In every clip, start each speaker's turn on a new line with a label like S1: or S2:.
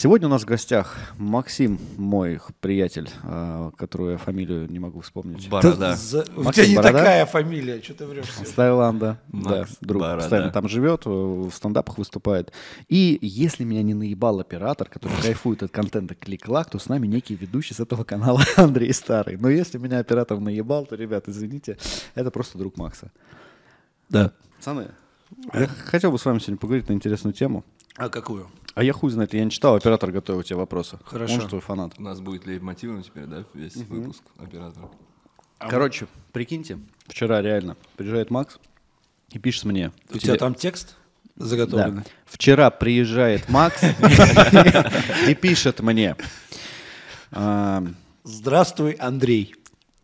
S1: Сегодня у нас в гостях Максим, мой приятель, э, которую я фамилию не могу вспомнить.
S2: Борода.
S3: Да за- У
S1: Максим
S3: тебя не
S1: Борода?
S3: такая фамилия, что ты врешь?
S1: С Таиланда. Да,
S2: Макс
S1: друг
S2: Бара,
S1: постоянно
S2: да.
S1: там живет, э, в стендапах выступает. И если меня не наебал оператор, который кайфует от контента клик-клак, то с нами некий ведущий с этого канала Андрей Старый. Но если меня оператор наебал, то, ребят, извините, это просто друг Макса.
S2: Да.
S1: Пацаны,
S3: Э.
S1: я хотел бы с вами сегодня поговорить на интересную тему.
S3: А какую?
S1: А я хуй знает, я не читал, оператор готовил тебе вопросы.
S3: Хорошо.
S1: Он, что вы фанат.
S2: У нас будет лейтмотивом теперь, да, весь выпуск оператора.
S3: А
S1: Короче, прикиньте, вчера реально приезжает Макс и пишет мне.
S3: У тебя там текст заготовленный?
S1: Да. Вчера приезжает Макс и пишет мне. а,
S3: Здравствуй, Андрей.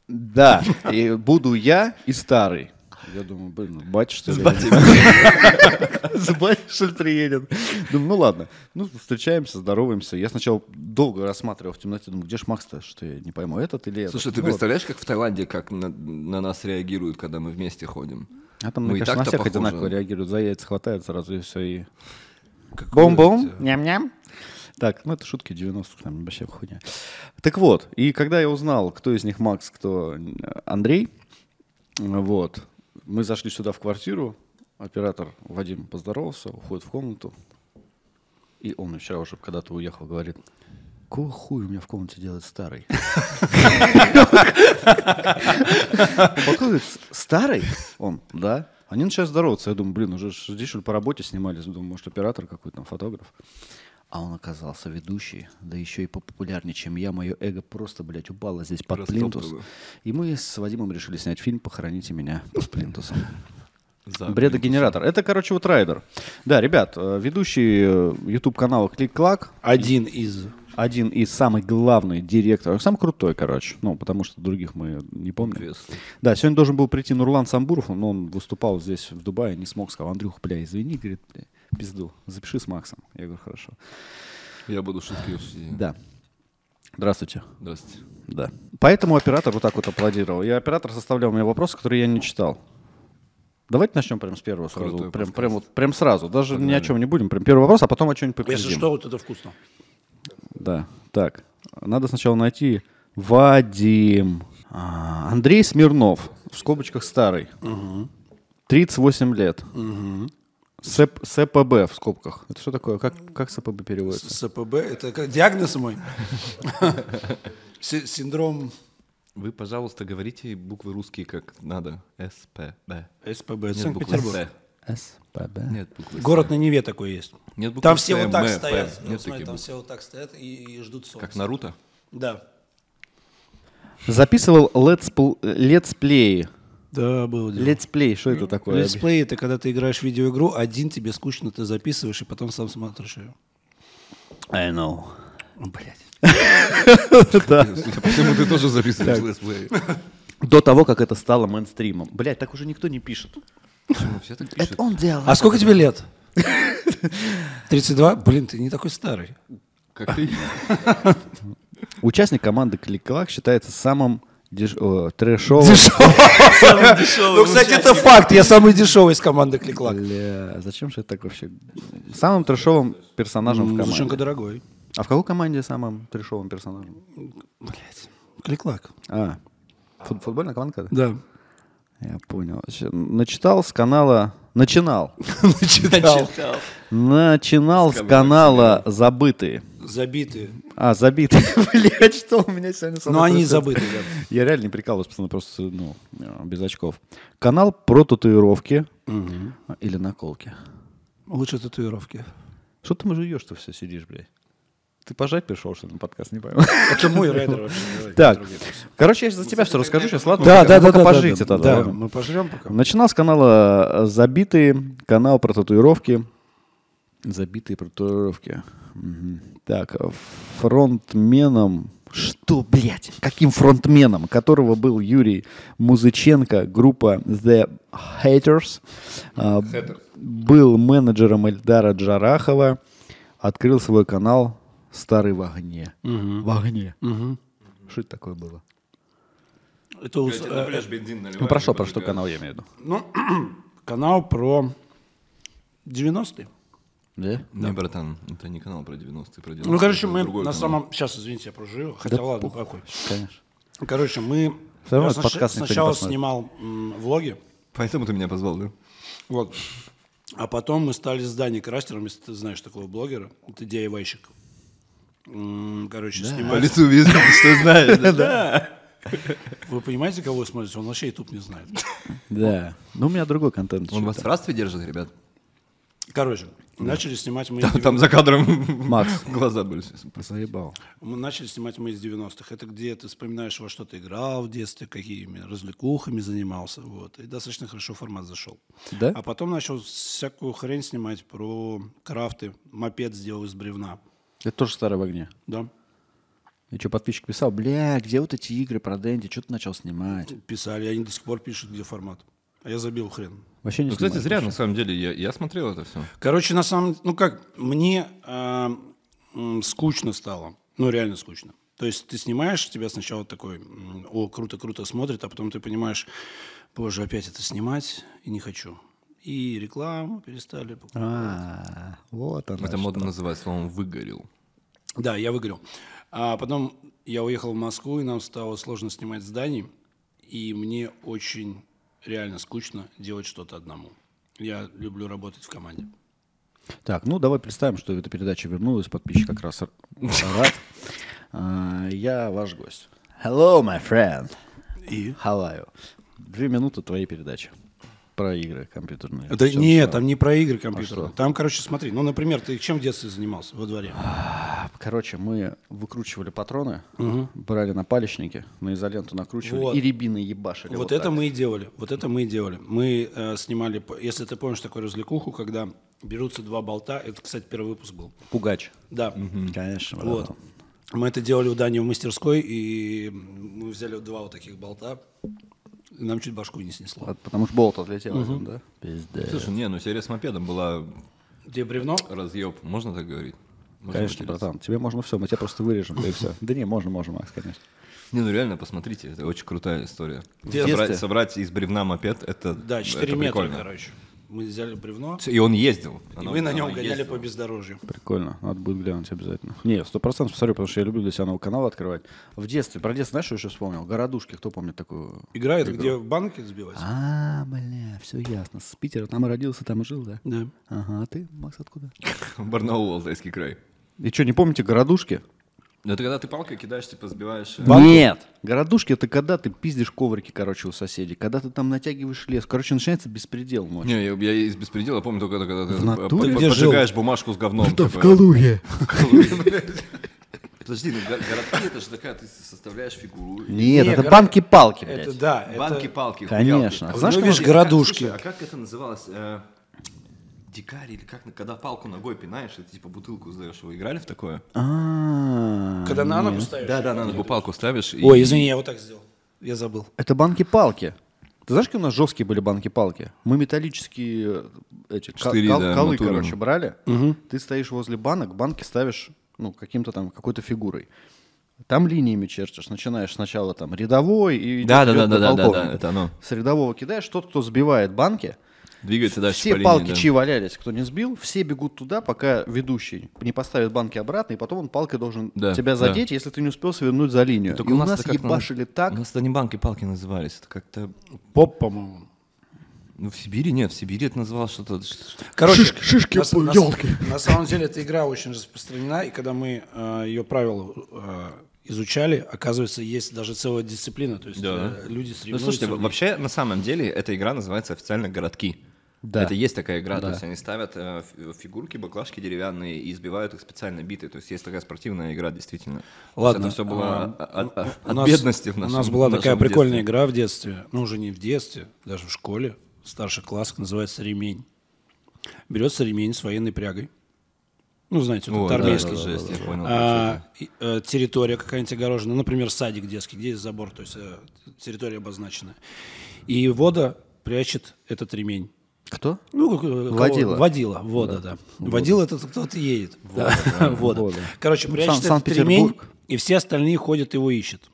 S1: Да, и буду я и старый. Я думаю, блин, ну, батя что ли? С батей, что ли, приедет? Думаю, ну ладно. Ну, встречаемся, здороваемся. Я сначала долго рассматривал в темноте, думаю, где же Макс-то, что я не пойму, этот или этот?
S2: Слушай, ты
S1: Ну, ладно.
S2: представляешь, как в Таиланде, как на, на нас реагируют, когда мы вместе ходим?
S1: А там,
S2: Мы
S1: мне
S2: Ну, и
S1: кажется, на
S2: так-то
S1: всех
S2: похожи.
S1: одинаково реагируют. За яйца хватают сразу и все. И...
S3: Какую
S1: Бум-бум,
S3: это?
S1: ням-ням. Так, ну это шутки 90-х, там вообще хуйня. Так вот, и когда я узнал, кто из них Макс, кто э, Андрей, вот, мы зашли сюда в квартиру, оператор Вадим поздоровался, уходит в комнату, и он вчера уже когда-то уехал, говорит, какого хуя у меня в комнате делает старый? Он показывает, старый он, да? Они начинают здороваться. Я думаю, блин, уже ж здесь что ли по работе снимались. Думаю, может, оператор какой-то, там, фотограф. А он оказался ведущий, да еще и популярнее, чем я. Мое эго просто, блядь, упало здесь под
S2: Растоптало.
S1: плинтус. И мы с Вадимом решили снять фильм «Похороните меня под плинтусом».
S2: За
S1: Бредогенератор. Это, короче, вот райдер. Да, ребят, э, ведущий э, YouTube-канала «Клик-клак»,
S3: Один из.
S1: один из самых главных директоров, самый крутой, короче, ну, потому что других мы не помним.
S2: Известный.
S1: Да, сегодня должен был прийти Нурлан Самбуров, но он выступал здесь, в Дубае, не смог, сказал, Андрюх, бля, извини, говорит, «бля, пизду, запиши с Максом. Я говорю, хорошо.
S2: Я буду шутки шутить.
S1: Да. Здравствуйте.
S2: Здравствуйте.
S1: Да. Поэтому оператор вот так вот аплодировал. И оператор составлял мне вопросы, которые я не читал. Давайте начнем прям с первого сразу.
S2: Крутой
S1: Прям,
S2: подкаст.
S1: прям, вот, прям сразу. Даже ни о чем не будем. Прям первый вопрос, а потом о чем-нибудь
S3: Если
S1: поговорим.
S3: что, вот это вкусно.
S1: Да, так. Надо сначала найти Вадим. А, Андрей Смирнов, в скобочках старый. 38 лет. Сэп- СПБ в скобках. Это что такое? Как, как СПБ переводится?
S3: СПБ, это как диагноз мой. Си- Синдром
S2: Вы, пожалуйста, говорите буквы русские как надо. СПБ.
S3: СПБ. Это
S2: Нет буквы
S3: Санкт-Петербург.
S2: С.
S1: СПБ.
S2: Нет буквы С.
S3: Город на Неве такой есть.
S2: Нет буквы
S3: Там все
S2: С,
S3: вот так
S2: М, П.
S3: стоят. Ну,
S2: Нет
S3: Смотри,
S2: таких
S3: Там
S2: букв.
S3: все вот так стоят и и ждут
S2: Как
S3: солнца.
S2: Наруто?
S3: Да.
S1: Записывал летспл- летсплеи.
S3: Да, было дело.
S1: Летсплей, что это такое?
S3: Летсплей это когда ты играешь в видеоигру, один тебе скучно, ты записываешь и потом сам смотришь ее.
S1: I know.
S3: Блять.
S2: Судя по всему, ты тоже записываешь летсплей.
S1: До того, как это стало мейнстримом. Блять, так уже никто не пишет.
S2: Почему все так пишут?
S1: он делал.
S3: А сколько тебе лет? 32? Блин, ты не такой старый.
S2: Как ты?
S1: Участник команды Клик-Клак считается самым деш- э, трэшовым.
S3: Ну, кстати, это факт. Я самый дешевый из команды Кликлак.
S1: Бля, зачем же это так вообще? Самым трэшовым персонажем в
S3: Муженка
S1: команде.
S3: дорогой.
S1: А в какой команде самым трэшовым персонажем?
S3: Блять. Кликлак.
S1: А, фут- футбольная команда? да?
S3: Да.
S1: Я понял. Щ- Начитал с канала... Начинал.
S3: Начитал.
S1: Начинал с канала «Забытые».
S3: Забитые.
S1: А, «Забитые». Блядь, что у меня сегодня со
S3: Но
S1: мной
S3: Ну, они
S1: происходит?
S3: забытые, да.
S1: Я реально не прикалываюсь, пацаны, просто ну, э, без очков. Канал про татуировки или наколки.
S3: Лучше татуировки.
S1: Что ты жуешь-то все сидишь, блядь? Ты пожать пришел, что ли, на подкаст, не пойму.
S3: Это мой райдер вообще.
S1: Так, короче, я
S3: Ну,
S1: за тебя все расскажу сейчас, ладно? Пока-
S3: Да, А, да, да.
S1: пока
S3: да,
S1: пожрите
S3: да,
S1: тогда,
S3: Да,
S1: ладно?
S3: мы пожрем пока.
S1: Начинал с канала э, «Забитые», канал про татуировки. «Забитые» про татуировки. Мгм. Так, э, фронтменом... Что, блядь? Каким фронтменом? Которого был Юрий Музыченко, группа The Haters. э, Был менеджером Эльдара Джарахова. Открыл свой канал «Старый в огне». В огне. Что это такое было?
S3: Это уз- э,
S2: бензин наливаешь.
S1: Ну, про что, про что канал я имею в виду?
S3: Ну, канал про 90-е.
S1: Да?
S2: Не, братан, это не канал про 90-е, про 90-е.
S4: Ну, короче,
S2: это
S4: мы
S2: другой
S4: на
S2: канал.
S4: самом... Сейчас, извините, я проживу. Хотя, ладно, какой.
S1: Конечно.
S4: Короче, мы...
S1: Всё равно
S4: я
S1: этот подкаст никто не
S4: сначала
S1: посмотрит.
S4: снимал м, влоги,
S2: Поэтому ты меня позвал, да?
S4: вот. А потом мы стали с Даней Крастером, если ты знаешь такого блогера, это диайвайщик. М, Короче,
S2: По
S4: снимали.
S2: лицу видно, что знаешь. Да.
S4: Вы понимаете, кого вы смотрите? Он вообще YouTube не знает.
S1: Да. Ну, у меня другой контент.
S2: Он
S1: еще
S2: вас в рабстве держит, ребят?
S4: Короче, начали снимать мы... из
S2: Там, там за кадром
S1: Макс.
S2: глаза были.
S1: Заебал.
S4: Мы начали снимать мы из 90-х. Это где ты вспоминаешь, во что ты играл в детстве, какими развлекухами занимался. Вот. И достаточно хорошо формат зашел.
S1: Да?
S4: А потом начал всякую хрень снимать про крафты. Мопед сделал из бревна.
S1: Это тоже старое в огне.
S4: Да?
S1: И что, подписчик писал, бля, где вот эти игры про Дэнди, что ты начал снимать?
S4: Писали. Они до сих пор пишут, где формат. А я забил хрен.
S1: Вообще не
S2: Ну, кстати,
S1: снимаешь.
S2: зря, на самом деле, я, я смотрел это все.
S4: Короче, на самом... Ну как, мне э, м, скучно стало. Ну, реально скучно. То есть ты снимаешь, тебя сначала такой, м, о, круто-круто смотрит, а потом ты понимаешь, боже, опять это снимать, и не хочу. И рекламу перестали покупать.
S1: А, вот она.
S2: Это
S1: что.
S2: модно называть словом «выгорел».
S4: Да, я выиграл. А потом я уехал в Москву, и нам стало сложно снимать зданий. И мне очень реально скучно делать что-то одному. Я люблю работать в команде.
S1: Так, ну давай представим, что эта передача вернулась, подписчик как раз р- рад. А, Я ваш гость. Hello, my friend.
S4: И?
S1: How are you? Две минуты твоей передачи про игры компьютерные.
S4: Да
S1: Всё
S4: А нет,
S1: начало.
S4: там не про игры компьютерные. там, короче, смотри, ну, например, ты чем в детстве занимался во дворе?
S1: А, Короче, мы выкручивали патроны, брали на палечники, на изоленту накручивали
S4: Вот.
S1: и рябины ебашили.
S4: Вот,
S1: Вот,
S4: это
S1: так.
S4: мы и делали. Вот это мы и делали. Мы э, снимали, п- если ты помнишь такую развлекуху, когда берутся два болта. Это, кстати, первый выпуск был.
S1: Пугач.
S4: Да.
S1: Конечно.
S4: Вот.
S1: братан.
S4: Мы это делали у Дани в мастерской, и мы взяли два вот таких болта. И нам чуть башку не снесло.
S1: Вот, Потому что болт отлетел, один, да? Пиздец.
S2: Слушай, не, ну серия с мопедом была
S4: Где бревно?
S2: разъеб, можно так говорить? Можно
S1: Конечно,
S2: через-
S1: братан, тебе можно все, мы тебя просто вырежем, да и все. Да не, можно, можно, Макс, конечно.
S2: Не, ну реально, посмотрите, это очень крутая история.
S1: детстве?
S2: Собрать, собрать из бревна мопед, это
S4: Да, 4
S2: это
S4: метра,
S2: прикольно.
S4: короче. Мы взяли бревно,
S2: И он ездил.
S4: и
S2: Оно-
S4: вы на нем
S2: оно
S4: гоняли
S2: ездило.
S4: по бездорожью.
S1: Прикольно, надо будет глянуть обязательно. Не, сто процентов посмотрю, потому что я люблю для себя новый канал открывать. В детстве, про детство знаешь, что еще вспомнил? Городушки, кто помнит такую?
S4: Игра это где в банке сбивать?
S1: А, бля, все ясно. С Питера там и родился, там и жил, да?
S4: Да.
S1: Ага, а ты, Макс, откуда?
S2: Барнаул, Алтайский край.
S1: И что, не помните городушки?
S2: Ну это когда ты палкой кидаешь, типа сбиваешь... э,
S1: Нет. Городушки это когда ты пиздишь коврики, короче, у соседей, когда ты там натягиваешь лес. Короче, начинается беспредел ночью.
S2: Не, я, я из беспредела помню только это, когда ты э,
S1: натуре?
S2: под-
S4: Где жил?
S2: поджигаешь бумажку с говном. типа.
S1: Калуге.
S2: Подожди, ну го- городки это же такая, ты составляешь фигуру.
S1: Нет,
S4: Не,
S1: это
S4: горо-
S1: банки-палки,
S4: Это
S1: блядь.
S4: да. это-
S2: Банки-палки.
S1: Конечно. А
S4: А
S2: хуялки.
S1: знаешь,
S4: знаешь,
S1: как
S4: видишь,
S2: Слушай,
S4: городушки.
S2: А как, слушай, а как это называлось? Э, дикарь или как? Когда палку ногой пинаешь, и ты типа бутылку сдаешь. Вы играли в такое?
S1: А,
S4: Когда на ногу ставишь?
S2: Да, да, на ногу палку ставишь. и-
S4: Ой, извини, я вот так сделал. Я забыл.
S1: Это банки-палки. Ты знаешь, какие у нас жесткие были банки-палки? Мы металлические э, эти ка-
S2: Штыри,
S1: кол-
S2: да,
S1: колы,
S2: натурно.
S1: короче, брали. Ты стоишь возле банок, банки ставишь, ну, каким-то там, какой-то фигурой. Там линиями чертишь, начинаешь сначала там рядовой и идёт-
S2: Да, да,
S1: идёт
S2: да,
S1: до
S2: да, да, да,
S1: полковника.
S2: да, это оно.
S1: С рядового кидаешь, тот, кто сбивает банки,
S2: Двигается дальше
S1: все
S2: по линии,
S1: палки,
S2: да.
S1: чьи валялись, кто не сбил, все бегут туда, пока ведущий не поставит банки обратно, и потом он палкой должен
S2: Да,
S1: тебя
S2: да.
S1: задеть, если ты не успел свернуть за линию.
S2: Только
S1: и у
S2: нас-то
S1: нас
S2: как нам-
S1: ебашили так.
S2: У нас это не банки-палки назывались, это как-то...
S4: Поп, по-моему.
S2: Ну, в Сибири нет, в Сибири это называлось что-то...
S4: Короче,
S1: Шишки- шишки,
S4: на, с- на с-
S1: ёлки.
S4: на самом деле эта игра очень распространена, и когда мы ее правила э, изучали, оказывается, есть даже целая дисциплина, то есть
S2: Да.
S4: э, люди
S2: Ну,
S4: соревнуются.
S2: слушайте,
S4: в ней.
S2: вообще, на самом деле, эта игра называется официально «Городки».
S1: Да.
S2: Это есть такая игра,
S1: Да.
S2: то есть они ставят э, фи- фигурки, баклажки деревянные и избивают их специально битой. То есть есть такая спортивная игра, действительно. То есть
S4: Ладно,
S2: Это все было
S4: а,
S2: от, от-
S4: У
S2: от
S4: нас-
S2: бедности в
S4: У
S2: нашем
S4: нас была
S2: в нашем
S4: такая прикольная
S2: детстве.
S4: игра в детстве, ну уже не в детстве, даже в школе, в старших классах, называется ремень. Берется ремень с военной прягой. Ну, знаете, вот
S2: О,
S4: этот
S2: да,
S4: армейский.
S2: да, да, жесть, я понял.
S4: А, и, э, территория какая-нибудь огорожена, например, садик детский, где есть забор, то есть э, территория обозначена. И вода прячет этот ремень.
S1: Кто?
S4: Ну, как, э, кого-
S1: Водила.
S4: Водила, вода, да. Водила это тот, кто-то едет. Да, Вода.
S1: Вода.
S4: Короче,
S1: Ну,
S4: прячет
S1: Сан-
S4: этот ремень,
S1: Санкт-Петербург.
S4: и все остальные ходят его ищут.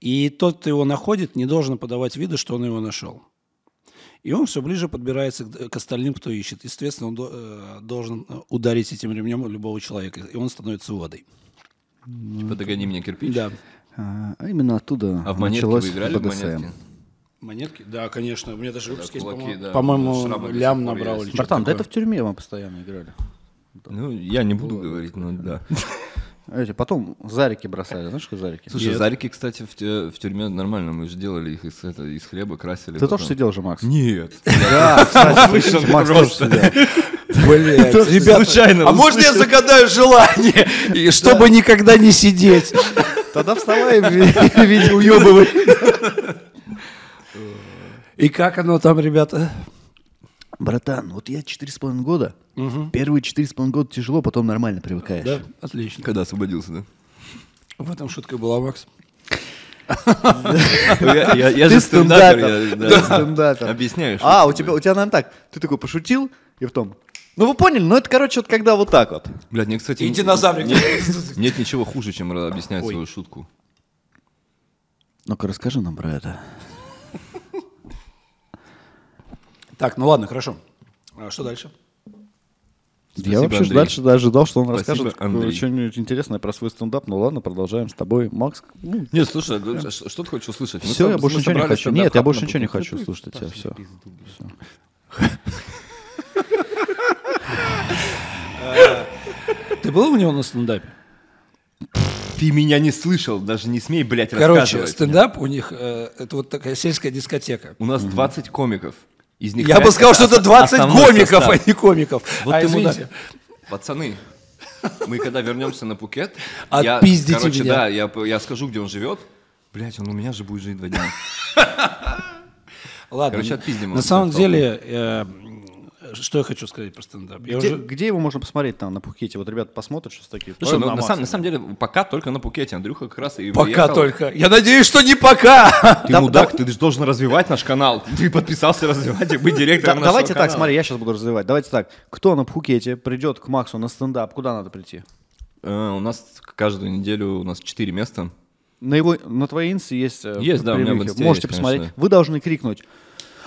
S4: И тот, кто его находит, не должен подавать виду, что он его нашел. И он все ближе подбирается к, к остальным, кто ищет. Естественно, он до- э, должен ударить этим ремнем любого человека, и он становится водой.
S2: Типа догони меня кирпич.
S4: Да.
S1: А а именно оттуда
S2: А в монетки
S1: началось
S2: вы играли в
S1: БДСМ.
S2: монетки?
S4: Монетки? Да, конечно. У меня даже выпуск есть,
S2: кулаки,
S4: по-моему,
S2: да.
S4: по-моему,
S2: Шрамы до сих
S4: лям
S2: пор
S4: набрал.
S2: есть.
S4: или что-то
S1: Братан, да
S4: такое.
S1: это в тюрьме мы постоянно играли.
S2: Ну, я не буду говорить, но да.
S1: А Эти потом зарики бросали, знаешь, как зарики?
S2: Слушай, зарики, кстати, в, тю- в тюрьме нормально. Мы же делали их из, это, из хлеба, красили.
S1: Ты
S2: потом.
S1: тоже сидел же, Макс?
S2: Нет.
S1: Да, кстати,
S2: Слышал
S1: Макс тоже
S2: просто.
S1: сидел.
S4: Блядь, ребята,
S2: случайно
S4: а можно я загадаю желание, и чтобы никогда не сидеть?
S1: Тогда вставай, ви- види, уебывай.
S4: И как оно там, ребята?
S1: Братан, вот я четыре с половиной года. Первые четыре с половиной года тяжело, потом нормально привыкаешь.
S4: Да, отлично.
S2: Когда освободился, да?
S4: В этом шутка была, Макс.
S2: Ну, Я, я- я
S1: Ты
S2: же стендапер.
S1: стендапер.
S2: я-
S1: Ты
S2: да.
S1: стендапер.
S2: Объясняешь.
S1: А, у тебя, у тебя, наверное, так. Ты такой пошутил, и потом... Ну, вы поняли, ну, это, короче, вот когда вот так вот.
S2: Блядь, мне, кстати...
S4: И динозаврик.
S2: Нет ничего хуже, чем ра- объяснять свою шутку.
S1: Ну-ка, расскажи нам про это.
S4: Так, ну ладно, хорошо. А что дальше?
S1: я
S2: Спасибо,
S1: вообще
S2: Андрей.
S1: дальше ожидал, что он
S2: Спасибо,
S1: расскажет
S2: Андрей.
S1: что-нибудь интересное про свой стендап. Ну ладно, продолжаем с тобой. Макс, ну,
S2: Нет, слушай, а ш- что ты хочешь услышать? Мы
S1: все,
S2: соб-
S1: я больше
S2: мы
S1: ничего не
S2: собрали
S1: хочу. Нет, я
S2: стендап-хаб
S1: больше
S2: на
S1: ничего не
S2: полтора-
S1: хочу слушать от тебя. Все.
S4: Ты был у него на стендапе?
S2: Ты меня не слышал, даже не смей, блядь,
S4: Короче,
S2: рассказывать.
S4: стендап у них, э, это вот такая сельская дискотека.
S2: У нас 20 комиков. Из них
S4: Я бы
S2: пять
S4: сказал, что это 20
S2: основной
S4: гомиков,
S2: состав.
S4: а не комиков.
S2: Вот
S4: а,
S2: ему
S4: извините.
S2: да. Пацаны, мы когда вернемся на Пукет, я,
S4: Отпиздите
S2: короче,
S4: меня.
S2: да, я, п- я скажу, где он живет. Блять, он у меня же будет жить два дня.
S4: Ладно.
S2: Короче, отпиздим его.
S4: На самом
S2: Толпу.
S4: деле, э, что я хочу сказать про стендап? Я
S1: Где,
S4: уже-
S1: где его можно посмотреть там на Пхукете? Вот ребята посмотрят, что такие.
S2: Слушай,
S1: «Ой, на
S2: ну, на,
S1: Макса».
S2: самом, на самом деле, пока только на Пукете. Андрюха как раз и
S4: Пока
S2: приехал.
S4: только. Я надеюсь, что не пока.
S2: Ты мудак, ты же должен развивать наш канал. Ты подписался развивать и быть
S1: Да,
S2: директором нашего
S1: давайте так,
S2: канала.
S1: смотри, я сейчас буду развивать. Давайте так. Кто на Пхукете придет к Максу на стендап? Куда надо прийти?
S2: Э, У нас каждую неделю у нас 4 места.
S1: На, его, на твоей инсе есть... э,
S2: Есть, да, у меня в
S1: превьюхи.
S2: инсте
S1: Можете
S2: есть,
S1: посмотреть.
S2: конечно.
S1: Вы должны крикнуть.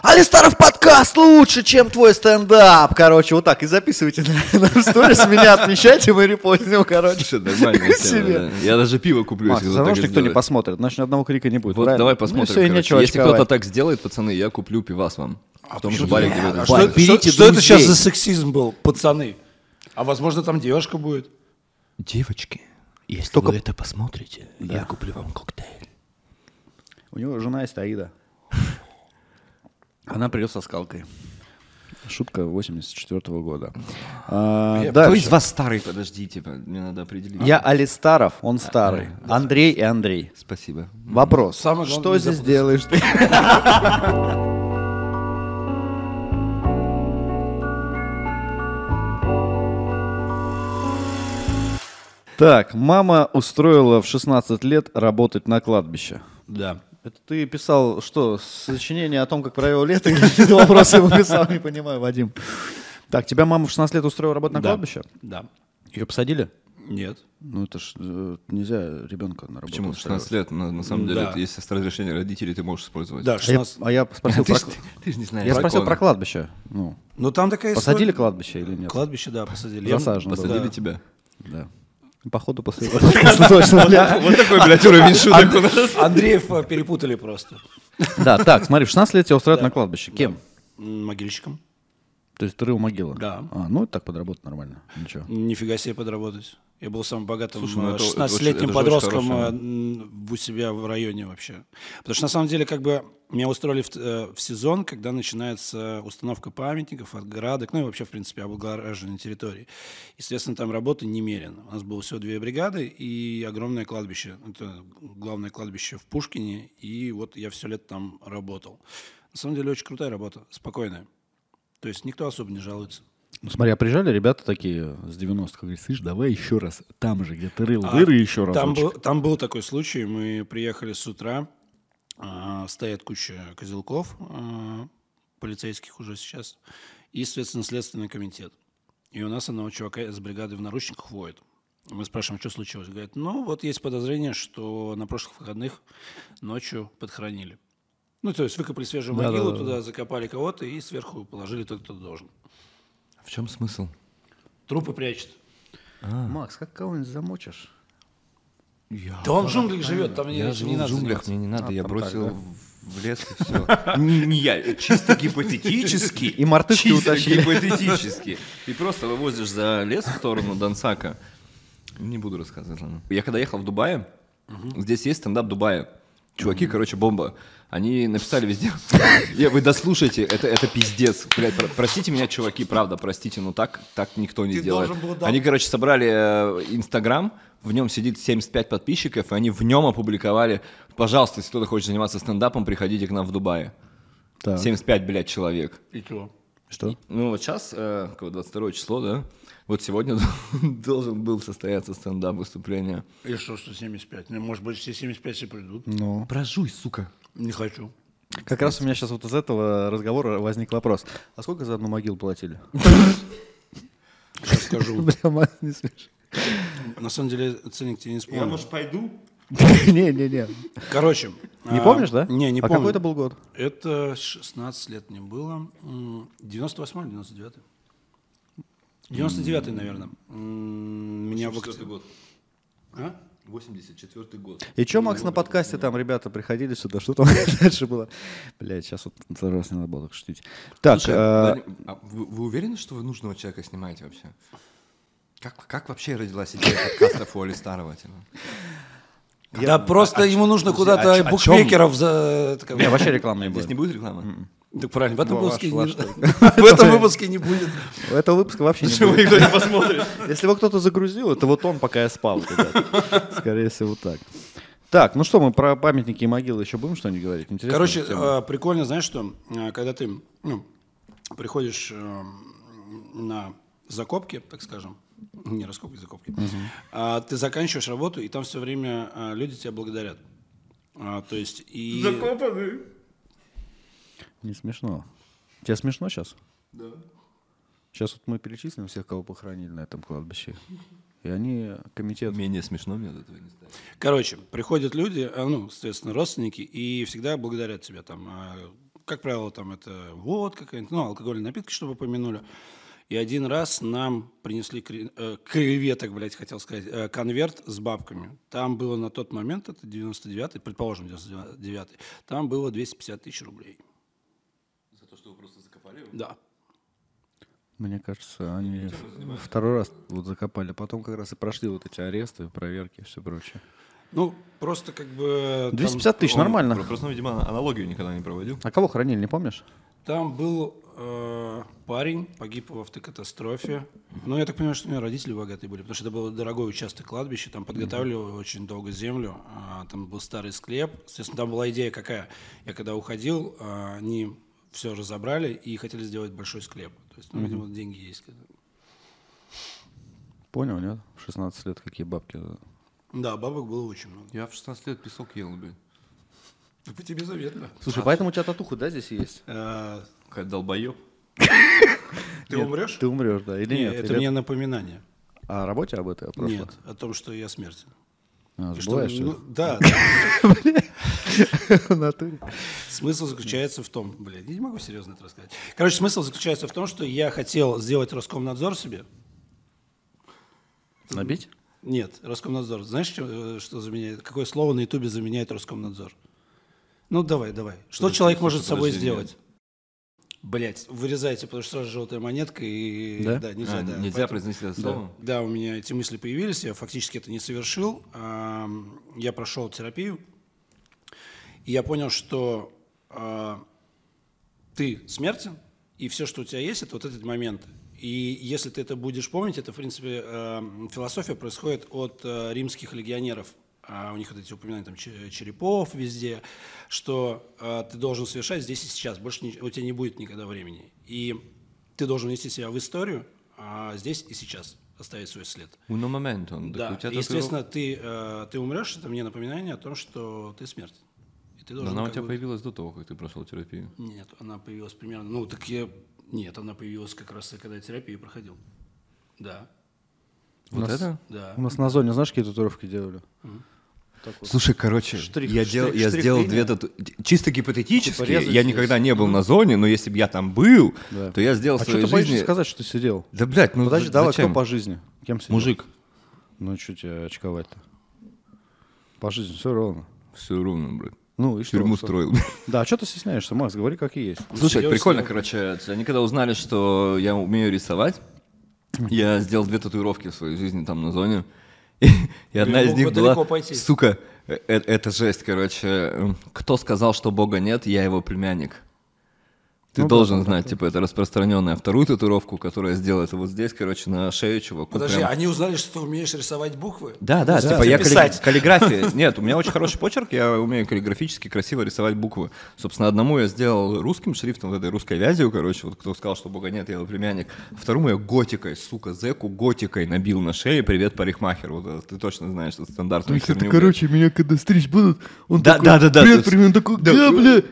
S1: Алистаров подкаст лучше, чем твой стендап. Короче, вот так. И записывайте на, на сторис, меня отмечайте, мы репостим, короче.
S2: Слушай, нормальная
S1: К себе.
S2: тема, да. Я даже пиво куплю,
S1: Макс,
S2: если
S1: все
S2: кто
S1: равно, что никто не посмотрит, значит, ни одного крика не будет.
S2: Вот
S1: правильно?
S2: давай
S1: Ну,
S2: посмотрим.
S1: всё, и
S2: короче.
S1: нечего
S2: Если
S1: очковать.
S2: кто-то так сделает, пацаны, я куплю пивас вам.
S1: А
S2: в том же баре, где вы это
S4: Что,
S1: Баре.
S2: делаете.
S1: Берите
S4: что- что это
S1: друзей.
S4: сейчас за сексизм был, пацаны? А возможно, там девушка будет.
S2: Девочки, если
S1: Только-
S2: это посмотрите, я куплю вам коктейль.
S1: У него жена есть Аида. Она придет со скалкой. Шутка 84 года. А,
S2: Кто
S1: дальше. А?
S2: из вас старый? Подожди, типа, мне надо определить.
S1: Я Алистаров, он старый. Андрей и Андрей.
S2: Спасибо.
S1: Вопрос.
S4: Самое главное,
S1: Что
S4: не
S1: здесь
S4: запутаться.
S1: делаешь ты? Так, мама устроила в 16 лет работать на кладбище.
S4: Да.
S1: Это ты писал что, сочинение о том, как провел лето, или ты вопросы писал, не понимаю, Вадим. Так, тебя мама в 16 лет устроила работать на кладбище?
S4: Да.
S1: Ее посадили?
S4: Нет.
S1: Ну это ж э, нельзя ребенка на работу
S2: Почему?
S1: устраивать.
S2: 16 лет, на, на самом деле,
S4: Да.
S2: это если с разрешения родителей ты можешь использовать.
S4: Да,
S1: А я,
S4: 16.
S1: а я спросил
S2: Ты
S1: про,
S2: ж, ты ж не знаешь.
S1: я спросил
S2: закона.
S1: про кладбище. Ну,
S4: Но там такая
S1: посадили
S4: история.
S1: кладбище или нет?
S4: Кладбище, да, посадили.
S1: Засажено было.
S2: Посадили
S4: Да.
S2: тебя.
S1: Да. Походу после этого подкаста точно, бля.
S2: Вот такой, блядь,
S1: А
S2: уровень шуток у нас.
S4: Андреев э, перепутали просто.
S1: Да, так, смотри, в 16 лет тебя устраивают на кладбище. Кем?
S4: М, Могильщиком.
S1: То есть ты рыл могилы?
S4: Да.
S1: А, ну это так подработать нормально. Ничего.
S4: Нифига себе подработать. Я был самым богатым
S2: Слушай, ну
S4: э,
S2: это- это
S4: 16-летним
S2: очень- это же очень
S4: подростком
S2: хорошая.
S4: э, м, у себя в районе вообще. Потому что на самом деле как бы меня устроили в, т- э, в сезон, когда начинается установка памятников, отградок, ну и вообще, в принципе, облагораживание территории. И, соответственно, там работы немерено. У нас было всего две бригады и огромное кладбище. Это главное кладбище в Пушкине, и вот я все лето там работал. На самом деле очень крутая работа, спокойная. То есть никто особо не жалуется.
S1: Ну, смотри, а приезжали ребята такие с 90-х, говорят, слышь, давай еще раз там же, где ты рыл,
S4: А,
S1: выры еще раз.
S4: Там был, там был такой случай, мы приехали с утра, а, стоят куча козелков, а, полицейских уже сейчас, и, соответственно, следственный комитет. И у нас одного чувака из бригады в наручниках воет. Мы спрашиваем, что случилось. Говорит, ну вот есть подозрение, что на прошлых выходных ночью подхоронили. Ну, то есть выкопали свежую
S1: Да, да,
S4: могилу,
S1: да.
S4: туда закопали кого-то и сверху положили тот, кто должен.
S2: В чем смысл?
S4: Трупы прячут.
S1: А, Макс, как кого-нибудь замочишь?
S4: Да он в джунглях живет, там не,
S2: Я
S4: не
S2: живу в
S4: надо
S2: джунглях,
S4: заниматься.
S2: мне не надо, я
S1: А, там
S2: бросил
S1: так, да.
S2: в- в лес и все. Не не я, э, чисто гипотетически.
S1: И мартышки
S2: чисто
S1: утащили.
S2: гипотетически. Ты просто вывозишь за лес в сторону Донсака. Не буду рассказывать, ладно. Я когда ехал в Дубае, здесь есть стендап Дубая. Чуваки, короче, бомба. Они написали везде. Я, вы дослушайте, это, это пиздец. Блядь, про- простите меня, чуваки, правда, простите, но так, так никто не
S4: Ты
S2: делает.
S4: должен был, да,
S2: Они, короче, собрали э, Инстаграм, в нем сидит 75 подписчиков, и они в нем опубликовали, пожалуйста, если кто-то хочет заниматься стендапом, приходите к нам в Дубае.
S1: Так.
S2: 75, блядь, человек.
S4: И то.
S1: Что?
S2: Ну вот сейчас, 22 число, да? Вот сегодня должен был состояться стендап выступление.
S4: И что, что 75? Ну, может быть, все 75 все придут.
S1: Ну.
S2: Прожуй, сука.
S4: Не хочу.
S1: Как раз у меня сейчас вот из этого разговора возник вопрос. А сколько за одну могилу платили?
S4: Сейчас скажу.
S1: Бля, Макс, не смешно.
S4: На самом деле, ценник тебе не вспомнил.
S2: пойду?
S1: Не-не-не.
S4: Короче.
S1: Не
S4: а,
S1: помнишь, да?
S4: Не, не
S1: А
S4: помню.
S1: какой это был год?
S4: Это 16 лет мне было. М, 98 или 99 99 наверное. М, Меня в октябре.
S2: год.
S4: А?
S2: 84 год.
S1: И чё, Макс, на подкасте там ребята приходили сюда, что там дальше было? Блядь, сейчас вот второй раз не надо было так шутить. Так,
S2: Слушай,
S1: а,
S2: Владимир, а вы, вы уверены, что вы нужного человека снимаете вообще? Как, как вообще родилась идея подкастов у Оли Старого? типа?
S4: Да просто ему нужно куда-то
S2: о чё- о
S4: букмекеров за... э, как бы-
S1: не, вообще рекламы не
S2: Здесь не
S1: будет.
S2: будет
S1: М-м.
S2: рекламы?
S4: Так правильно, в этом
S1: Вова
S4: выпуске
S1: шла,
S4: не-
S1: что ли?
S4: в этом выпуске не будет.
S1: Этого выпуска вообще не будет.
S2: никто не посмотрит?
S1: Если его кто-то загрузил, это вот он, пока я спал. ребята. Скорее всего, так. Так, ну что, мы про памятники и могилы еще будем что-нибудь говорить? Интересно.
S4: Короче, э, прикольно, знаешь, что э, когда ты ну, приходишь э, на закопки, так скажем, не раскопки, закопки, а, ты заканчиваешь работу, и там все время э, люди тебя благодарят. А, то есть и...
S1: Не смешно. Тебе смешно сейчас?
S2: Да.
S1: Сейчас вот мы перечислим всех, кого похоронили на этом кладбище. И они, комитет...
S2: Менее смешно мне от этого не стало.
S4: Короче, приходят люди, а, ну, соответственно, родственники, и всегда благодарят тебя там. а, Как правило, там это вот какая-нибудь, ну, алкогольные напитки, чтобы помянули. И один раз нам принесли кре- э, креветок, блядь, хотел сказать, э, конверт с бабками. Там было на тот момент, это 99-й, предположим, 99-й, там было 250 тысяч рублей. За то, что вы просто закопали Да.
S1: Мне кажется, они второй раз вот закопали. Потом как раз и прошли вот эти аресты, проверки и все прочее.
S4: Ну, просто как бы... там-
S1: 250 тысяч,
S2: Он
S1: нормально.
S2: про- Просто, ну, видимо, аналогию никогда не проводил.
S1: А кого хранили, не помнишь?
S4: Там был э, парень, погиб в автокатастрофе. Но я так понимаю, что у меня родители богатые были, потому что это был дорогой участок кладбища, там подготавливали очень долго землю, а, там был старый склеп. Соответственно, там была идея какая. Я когда уходил, а, они все разобрали и хотели сделать большой склеп. То есть, ну, видимо, деньги есть.
S1: Понял, нет? В 16 лет какие бабки.
S4: Да, бабок было очень много.
S2: Я в 16 лет песок ел, блин.
S4: Да по тебе заветно.
S2: А,
S1: Слушай, поэтому у тебя татуху, да, здесь есть?
S2: Какая долбоеб.
S4: ты умрешь?
S1: Ты умрешь, да, или
S4: Не,
S1: нет?
S4: это
S1: Или
S4: мне напоминание.
S1: О работе об этой, о прошлом?
S4: Нет, о том, что я смертен.
S1: А,
S4: И
S1: сбываешь
S4: ну,
S1: всё?
S4: да,
S1: в натуре.
S4: Смысл заключается в том, блядь, я не могу серьезно это рассказать. Короче, смысл заключается в том, что я хотел сделать Роскомнадзор себе.
S1: Набить?
S4: Нет, Роскомнадзор. Знаешь, чё, э, что заменяет? Какое слово на Ютубе заменяет Роскомнадзор? Ну давай, давай. Что человек может с собой
S2: подожди,
S4: сделать? Блять, вырезайте, потому что сразу желтая монетка и
S1: Да?
S4: нельзя,
S2: А,
S4: да.
S2: Нельзя
S4: Поэтому-
S2: произнести это слово?
S4: да, у меня эти мысли появились, я фактически это не совершил. Ам, Я прошел терапию, и я понял, что а, ты смертен, и все, что у тебя есть, это вот этот момент. И если ты это будешь помнить, это, в принципе, ам, философия происходит от а, римских легионеров. А у них вот эти упоминания там че- черепов везде, что а, ты должен совершать здесь и сейчас, больше ни- у тебя не будет никогда времени. И ты должен внести себя в историю а, здесь и сейчас, оставить свой след.
S2: Уно момент. Он
S4: Да, естественно, ты, э, ты умрешь, это мне напоминание о том, что ты смертен. И ты должен
S2: Она у
S4: как
S2: тебя
S4: бы-
S2: появилась до того, как ты прошел терапию.
S4: Нет, она появилась примерно... Ну, так я... Нет, она появилась как раз, когда я терапию проходил. Да,
S1: У
S2: Вот
S1: нас-
S2: это?
S4: да.
S1: Ну, У нас на зоне, знаешь, какие татуировки делали?
S2: Слушай, короче,
S1: Штрих-
S2: я,
S1: штрих-
S2: дел- я
S1: штрих
S2: сделал
S1: линия.
S2: две тату... Чисто гипотетически,
S1: Типа резать
S2: я
S1: здесь.
S2: никогда не был на зоне, но если бы я там был,
S1: Да.
S2: то я сделал
S1: А
S2: в
S1: что
S2: своей
S1: ты боишься
S2: жизни...
S1: сказать, что сидел?
S2: Да, блядь, ну
S1: Подожди,
S2: за-
S1: давай,
S2: зачем?
S1: кто по жизни? Кем сидел?
S2: Мужик.
S1: Ну, что тебе очковать-то? По жизни все ровно.
S2: Все ровно, брат.
S1: Ну, и что?
S2: Тюрьму
S1: Что?
S2: строил.
S1: Да, что ты стесняешься, Макс? Говори, как и есть.
S2: Слушай,
S3: Сидел,
S2: прикольно,
S3: сидел.
S2: короче. Они когда узнали, что я умею рисовать, я сделал две татуировки в своей жизни там на зоне. И, и одна
S3: Блин,
S2: из
S3: мог
S2: них
S3: бы
S2: была,
S3: далеко пойти.
S2: сука, э- э- это жесть, короче. Эм, Кто сказал, что Бога нет, я его племянник. Ты
S1: Ну да,
S2: должен
S1: там
S2: знать, типа, это распространенная. Вторую татуировку, которую я сделал, это вот здесь, короче, на шею чуваку.
S4: Подожди,
S2: прям.
S4: они узнали, что ты умеешь рисовать буквы?
S2: Да, да,
S4: Ну,
S2: типа я калли-
S4: писать.
S2: каллиграфия. Нет, у меня очень хороший почерк, я умею каллиграфически красиво рисовать буквы. Собственно, одному я сделал русским шрифтом, вот этой русской вязью, короче, вот кто сказал, что бога нет, я его племянник. А Второму я готикой, сука, зеку готикой набил на шее, привет парикмахер, вот это ты точно знаешь, это стандартную херню. блядь.
S1: ну, меня когда стричь будут, он
S2: Да, да, да, да, то есть-
S1: примерно такой, да, бля,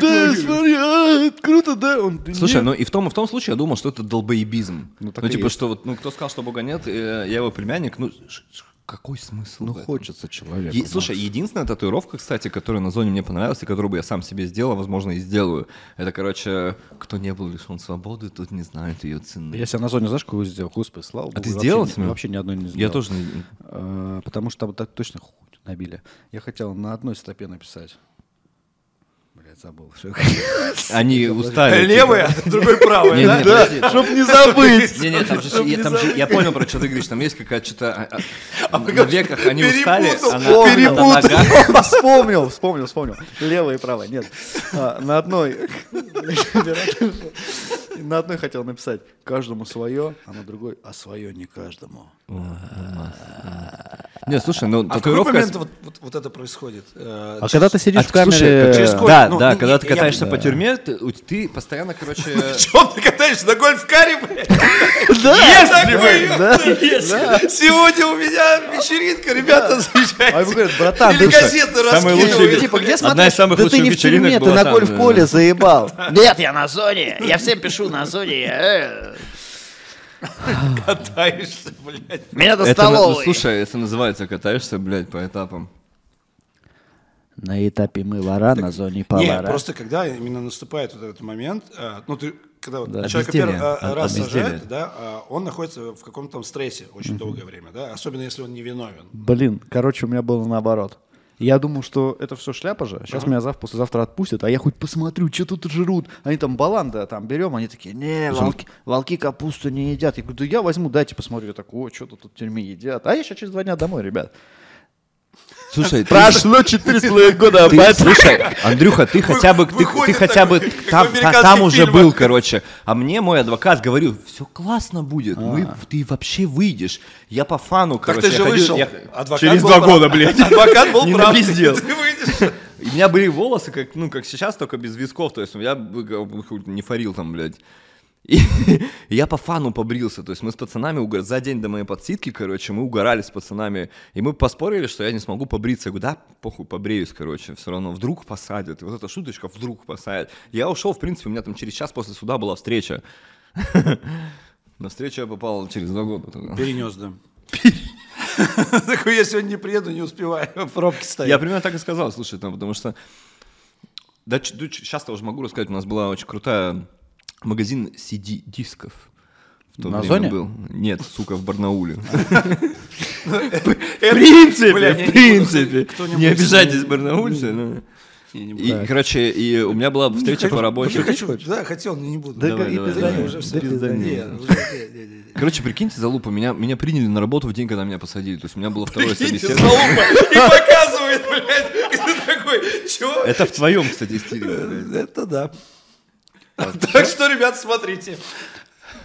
S1: да, смотри, а, это круто, да, он,
S2: Слушай, ну и в том, и в том случае я думал, что это долбоебизм.
S1: Ну,
S2: Ну,
S1: так и
S2: типа,
S1: есть.
S2: что вот, ну, кто сказал, что бога нет, э, я его племянник, ну, ш- ш- какой смысл?
S1: ну
S2: в этом?
S1: хочется человеку.
S2: Е- слушай, единственная татуировка, кстати, которая на зоне мне понравилась, и которую бы я сам себе сделал, а, возможно, и сделаю, это, короче, кто не был лишен свободы, тот не знает ее цены.
S1: Я себя на зоне, знаешь, какую сделал? Господи, слава богу.
S2: А ты
S1: вообще
S2: сделал
S1: ни-
S2: себе?
S1: Вообще ни одной не сделал.
S2: Я тоже не-
S1: А, Потому что там так точно хуй набили. Я хотел на одной стопе написать. Блядь, забыл. что я хотел.
S2: Они устали. типа.
S4: Левый, а другой правый.
S2: Не,
S4: да?
S2: не, подожди.
S1: Чтоб не забыть.
S2: Не, не, там же- я, там же- я понял, про что ты говоришь, там есть какая-то что-то... а, а, На веках они устали,
S4: перепутал,
S2: а на- на ногах
S1: Вспомнил, вспомнил, вспомнил. Левая и правая, нет. А, на одной... На одной хотел написать «каждому свое», а на другой «а свое не каждому».
S2: Не, слушай, ну
S4: А в какой
S2: татуировка...
S4: момент вот, вот- вот это происходит? Э,
S1: А когда ты сидишь в
S2: А, слушай,
S1: камере...
S4: через сколько-
S2: Да,
S4: ну,
S2: да,
S4: ну,
S2: когда
S4: я-
S2: ты
S4: я-
S2: катаешься
S4: да.
S2: по тюрьме, ты, у- ты постоянно, короче...
S4: Чем ты катаешься на гольф-каре, блядь?
S1: Да! Да.
S4: Сегодня у меня вечеринка, ребята,
S1: А ему
S4: замечательно.
S1: говорят, братан,
S4: Или
S1: ты что,
S4: газеты
S2: Самый лучший
S4: раскидывают.
S2: вид.
S1: Типа, где
S2: Одна из
S1: смотреть?
S2: самых
S1: да ты
S2: лучших
S1: не в
S2: вечеринок
S1: тюрьме, ты
S2: была
S1: на
S2: там,
S1: гольф-поле
S2: да.
S1: заебал.
S5: Нет, я на зоне. Я всем пишу на зоне. Э,
S4: Катаешься, блядь.
S5: Меня до
S2: Это на- ну,
S5: столовой.
S2: слушай, это называется катаешься, блядь, по этапам.
S5: На этапе мы лара, на зоне
S4: Не,
S5: повара.
S4: просто когда именно наступает вот этот момент, а, ну ты когда вот
S2: Да,
S4: человека
S2: безделье,
S4: первый а,
S2: от-
S4: раз
S2: от безделья.
S4: сажают, да, а, он находится в каком-то там стрессе очень долгое время, да, особенно если он не виновен.
S1: Блин, короче, у меня было наоборот. Я думал, что это все шляпа же. Сейчас меня завтра, послезавтра отпустят, а я хоть посмотрю, что тут жрут. Они там баланда там берем, они такие, не, волки, волки капусту не едят. Я говорю, да я возьму, дайте посмотрю. Я такой, о, что-то тут в тюрьме едят. А я сейчас через два дня домой, ребят.
S2: Слушай, ты-
S1: Прошло четыре с половиной года,
S2: ты-
S1: бать.
S2: слушай, Андрюха, ты хотя бы, ты, ты
S4: выходит
S2: хотя бы
S4: такой, как
S2: там,
S4: в
S2: та-
S4: американских
S2: там уже
S4: фильмах.
S2: был, короче. А мне мой адвокат говорил, все классно будет, мы- ты вообще выйдешь. Я по фану, короче.
S4: ты
S2: я
S4: же
S2: ходил-
S4: вышел.
S2: я-
S4: Адвокат
S2: Через
S4: был
S2: два
S4: прав.
S2: года, блядь.
S4: Адвокат был
S2: Не
S4: прав.
S2: напиздел.
S4: Ты выйдешь.
S2: И У меня были волосы, как, ну, как сейчас, только без висков. То есть я бы, как бы, хуй, не фарил там, блядь. И я по фану побрился. То есть мы с пацанами уго- за день до моей подсидки, короче, мы угорали с пацанами. И мы поспорили, что я не смогу побриться. Я говорю, да, похуй, побреюсь, короче, все равно. Вдруг посадят. И вот эта шуточка вдруг посадят. Я ушел, в принципе, у меня там через час после суда была встреча. На встречу я попал через два года. тогда.
S3: Перенес, да.
S4: Такой, я сегодня не приеду, не успеваю, пробки стоят.
S2: Я примерно так и сказал, слушай, там, потому что... Да, сейчас я уже могу рассказать, у нас была очень крутая магазин CD-дисков. В то
S1: На
S2: время
S1: зоне?
S2: Был. Нет, сука, в Барнауле.
S4: Это- Бля, я не
S2: В
S4: буду.
S2: принципе.
S4: Кто-нибудь-
S2: Не обижайтесь, барнаульцы. ну.
S4: Я не буду.
S2: И, короче, и у меня была встреча по работе.
S4: Я Ну, хочу, да, хотел, но не буду.
S1: Да
S2: Давай,
S1: и
S2: давай,
S1: пизда
S2: давай.
S1: не
S4: уже
S1: уже
S4: все
S1: да пизда не.
S2: Короче, прикиньте, залупа, меня, меня приняли на работу в день, когда меня посадили. То есть у меня было второе собеседование.
S4: И показывает, блядь. И ты такой, чё?
S2: Это в твоем, кстати, стиле.
S4: Это да. Так что, ребят, смотрите.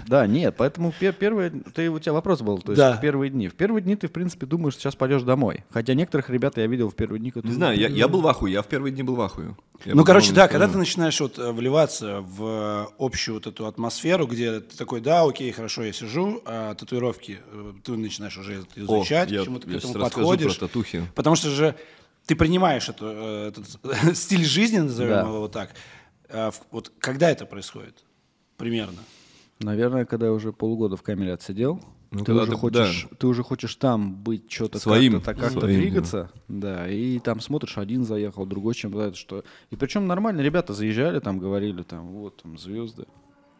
S1: Да, нет, поэтому пе- первое, ты, у тебя вопрос был, то есть
S4: Да.
S1: в первые дни. В первые дни ты, в принципе, думаешь, сейчас пойдешь домой. Хотя некоторых ребят я видел в первые дни, которые...
S2: Не знаю, я, я был в ахуе, я в первые дни был в ахуе. Я
S4: Ну,
S2: потом
S4: короче,
S2: не
S4: да,
S2: вспомнил.
S4: когда ты начинаешь вот э, вливаться в э, общую вот эту атмосферу, где ты такой, да, окей, хорошо, я сижу, а татуировки э, ты начинаешь уже это изучать,
S2: я-
S4: чему ты к
S2: я
S4: этому
S2: щас расскажу
S4: подходишь.
S2: про татухи.
S4: Потому что же ты принимаешь эту, э, этот стиль жизни, назовем
S1: Да.
S4: его так. А, в- Вот когда это происходит? Примерно.
S1: Наверное, когда я уже полгода в камере отсидел,
S2: Ну,
S1: ты,
S2: когда
S1: уже
S2: ты-
S1: хочешь, ты уже хочешь там быть, что-то
S2: Своим.
S1: как-то, так как-то
S2: Своим, да.
S1: двигаться. Да, и там смотришь, один заехал, другой чем то что. И причем нормально, ребята заезжали, там говорили, там вот там звезды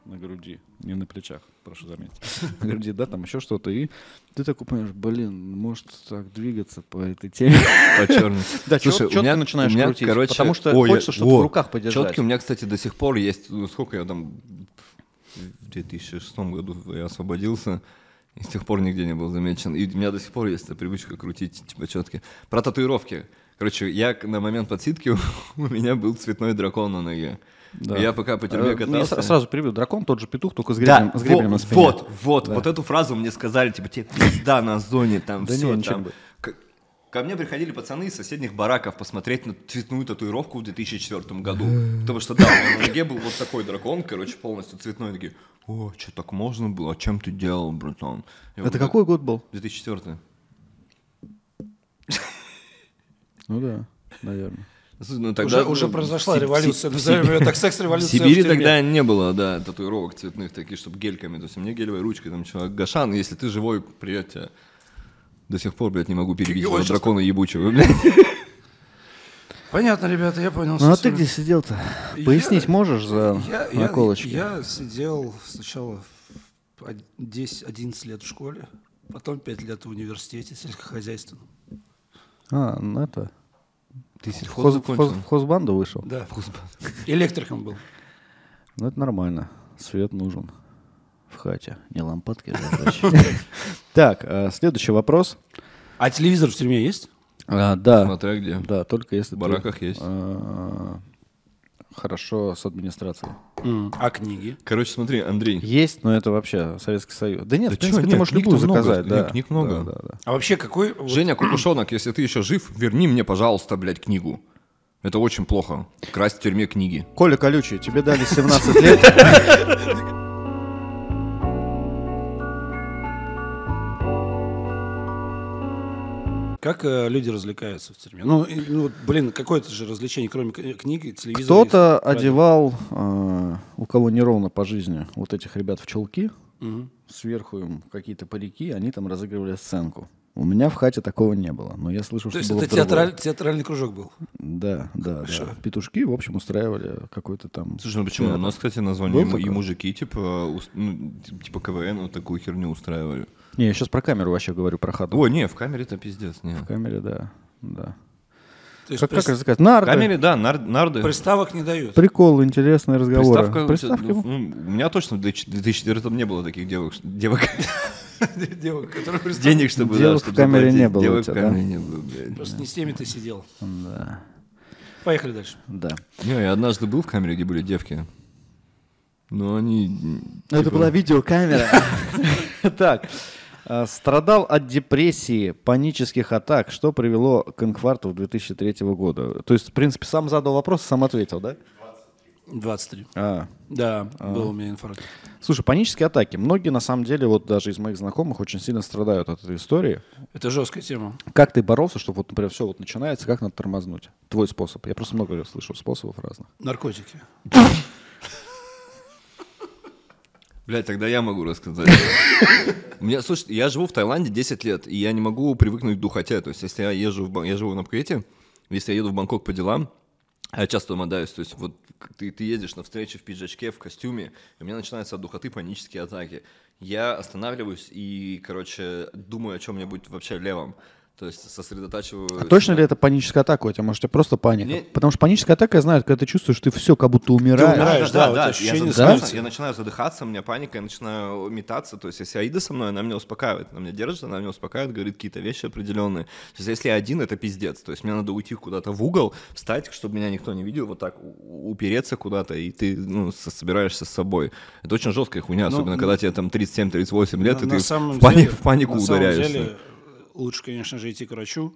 S1: на груди, не на плечах, прошу заметить. На груди, да, там еще что-то. И ты такой понимаешь, блин, может так двигаться по этой теме.
S2: По черному.
S1: Да, чё- чё ты начинаешь крутить? Потому что хочется что-то в руках подержать.
S2: Четки у меня, кстати, до сих пор есть. Ну, сколько я там в 2006 году я освободился, и с тех пор нигде не был замечен. И у меня до сих пор есть эта привычка крутить типа четки. Про татуировки. Короче, я к- на момент подсидки у меня был цветной дракон на ноге.
S1: Да.
S2: И Я пока по тюрьме
S1: Э, мне
S2: катался.
S1: с- Сразу перебью, дракон тот же петух, только с
S2: Да,
S1: гребнем с гребнем
S2: во-
S1: на спине.
S2: Вот, вот, вот эту фразу мне сказали, типа, тебе пизда на зоне, там,
S1: Да
S2: все,
S1: не, ничем
S2: там.
S1: бы.
S2: К- Ко мне приходили пацаны из соседних бараков посмотреть на цветную татуировку в 2004 году. Потому что, да, у меня на ноге был вот такой дракон, короче, полностью цветной. Такие, о, что так можно было? А чем ты делал, братан? Я
S1: Это
S2: говорю,
S1: какой год был?
S2: 2004.
S1: Ну да, наверное.
S2: Слушай, ну,
S4: Уже,
S2: тогда,
S4: уже
S2: ну,
S4: произошла
S2: в Си- в Си-
S4: революция, назовем ее так, секс-революция.
S2: В Сибири
S4: в тюрьме.
S2: тогда не было, да, татуировок цветных таких, чтобы гельками. То есть мне гелевой ручкой, там чувак, Гашан, если ты живой, привет тебя. До сих пор, блядь, не могу перебить этого дракона ебучего, блядь.
S4: Понятно, ребята, я понял.
S1: Ну а ты
S4: совсем.
S1: где сидел-то?
S4: Я-
S1: Пояснить можешь за
S4: Я, я-
S1: наколочки?
S4: я сидел сначала в од- 10-11 лет в школе, потом 5 лет в университете сельскохозяйственном.
S1: А, ну это...
S2: Ты
S1: В хоз- в хоз- в хозбанду вышел?
S4: Да, электриком был.
S1: Ну это нормально. Свет нужен. В хате. а
S5: Не лампадки зажечь.
S1: Так, э, следующий вопрос.
S4: А телевизор в тюрьме есть?
S1: А, Да,
S2: Смотря где.
S1: да, только если
S2: В
S1: ты,
S2: бараках есть.
S1: э, Хорошо с администрацией.
S4: А книги?
S2: Короче, смотри, Андрей.
S1: Есть, но это вообще Советский Союз. Да нет,
S2: Да
S1: в принципе,
S2: чё,
S1: ты
S2: нет,
S1: можешь
S2: книг-то
S1: любую
S2: много,
S1: заказать. да.
S2: книг- книг много.
S1: Да, да, да.
S4: А вообще какой... вот-
S2: Женя Кукушонок, если ты еще жив, верни мне, пожалуйста, блядь, книгу. Это очень плохо. Красть в тюрьме книги.
S1: Коля Колючий, тебе дали 17 лет.
S4: Как э, люди развлекаются в тюрьме? Ну, и, ну, вот, блин, какое-то же развлечение, кроме к- книги, телевизора.
S1: Кто-то
S4: радио.
S1: одевал, э, у кого неровно по жизни, вот этих ребят в чулки,
S4: Мгм.
S1: сверху им какие-то парики, они там разыгрывали сценку. У меня в хате такого не было, но я слышал,
S4: То
S1: что
S4: есть
S1: было
S4: это
S1: по-другому.
S4: театраль- театральный кружок был?
S1: Да, да, да. Петушки, в общем, устраивали какой-то там...
S2: Слушай, ну почему? У нас, кстати, название
S1: Был
S2: и, м- и
S1: такой?
S2: мужики, типа, ус- ну, типа КВН, вот такую херню устраивали.
S1: Не, я сейчас про камеру вообще говорю, про хату.
S2: Ой, не, в камере-то пиздец, не.
S1: В камере, да, да.
S4: То есть
S1: Как,
S4: прис-
S1: как рассказать?
S2: В
S1: Нарды,
S2: камере, да, нар- нарды.
S4: приставок не дают?
S1: приколы, интересные разговоры.
S2: Приставка,
S1: Приставки,
S2: ну, у меня точно в 2004 не было таких девок, девок
S4: Девок, которые приставок-
S2: денег, чтобы... да,
S1: Девок в
S2: чтобы
S1: камере не
S2: заплатить.
S1: было у
S2: Девок в
S1: тебя,
S2: камере
S1: да?
S2: не было, блядь.
S4: Просто не с теми ты сидел.
S1: Да,
S4: Поехали дальше.
S1: да.
S2: Не, я однажды был в камере, где были девки. Но они...
S1: Ну,
S2: типа,
S1: Это была видеокамера. Типа. Так. А, Страдал от депрессии, панических атак, что привело к инфаркту в 2003 года. То есть, в принципе, сам задал вопрос, сам ответил, да?
S4: 23.
S1: А,
S4: Да, был у меня инфаркт.
S1: Слушай, панические атаки. Многие, на самом деле, вот даже из моих знакомых очень сильно страдают от этой истории.
S4: Это жесткая тема.
S1: Как ты боролся, чтобы вот, например, все вот начинается, как надо тормознуть? Твой способ. Я просто много слышал способов разных.
S4: Наркотики.
S2: Блядь, тогда я могу рассказать. У меня, слушай, я живу в Таиланде 10 лет, и я не могу привыкнуть к духоте. То есть, если я езжу в Бан- я живу на Пхукете, если я еду в Бангкок по делам, а я часто мотаюсь, то есть вот к- ты, ты едешь на встречу в пиджачке, в костюме, и у меня начинаются от духоты панические атаки. Я останавливаюсь и, короче, думаю о чем-нибудь вообще левом. То есть сосредотачиваюсь...
S1: А точно ли это паническая атака у тебя? Может, у тебя просто паника?
S2: Не-
S1: Потому что паническая атака, я знаю, когда ты чувствуешь, что ты все как будто умираешь.
S4: умираешь. да, вот
S2: я
S4: ощущение
S2: задыхаюсь,
S4: смерти.
S2: Я начинаю задыхаться, у меня паника, я начинаю метаться. То есть, если Аида со мной, она меня успокаивает, она меня держит, она меня успокаивает, говорит какие-то вещи определенные. То есть, если я один, это пиздец. То есть, мне надо уйти куда-то в угол, встать, чтобы меня никто не видел, вот так у- упереться куда-то, и ты ну, со- собираешься с собой. Это очень жесткая хуйня,
S4: Ну,
S2: особенно когда тебе там 37-38 лет, и ты в, пани- в панику
S4: на самом
S2: ударяешься.
S4: деле, лучше, конечно же, идти к врачу,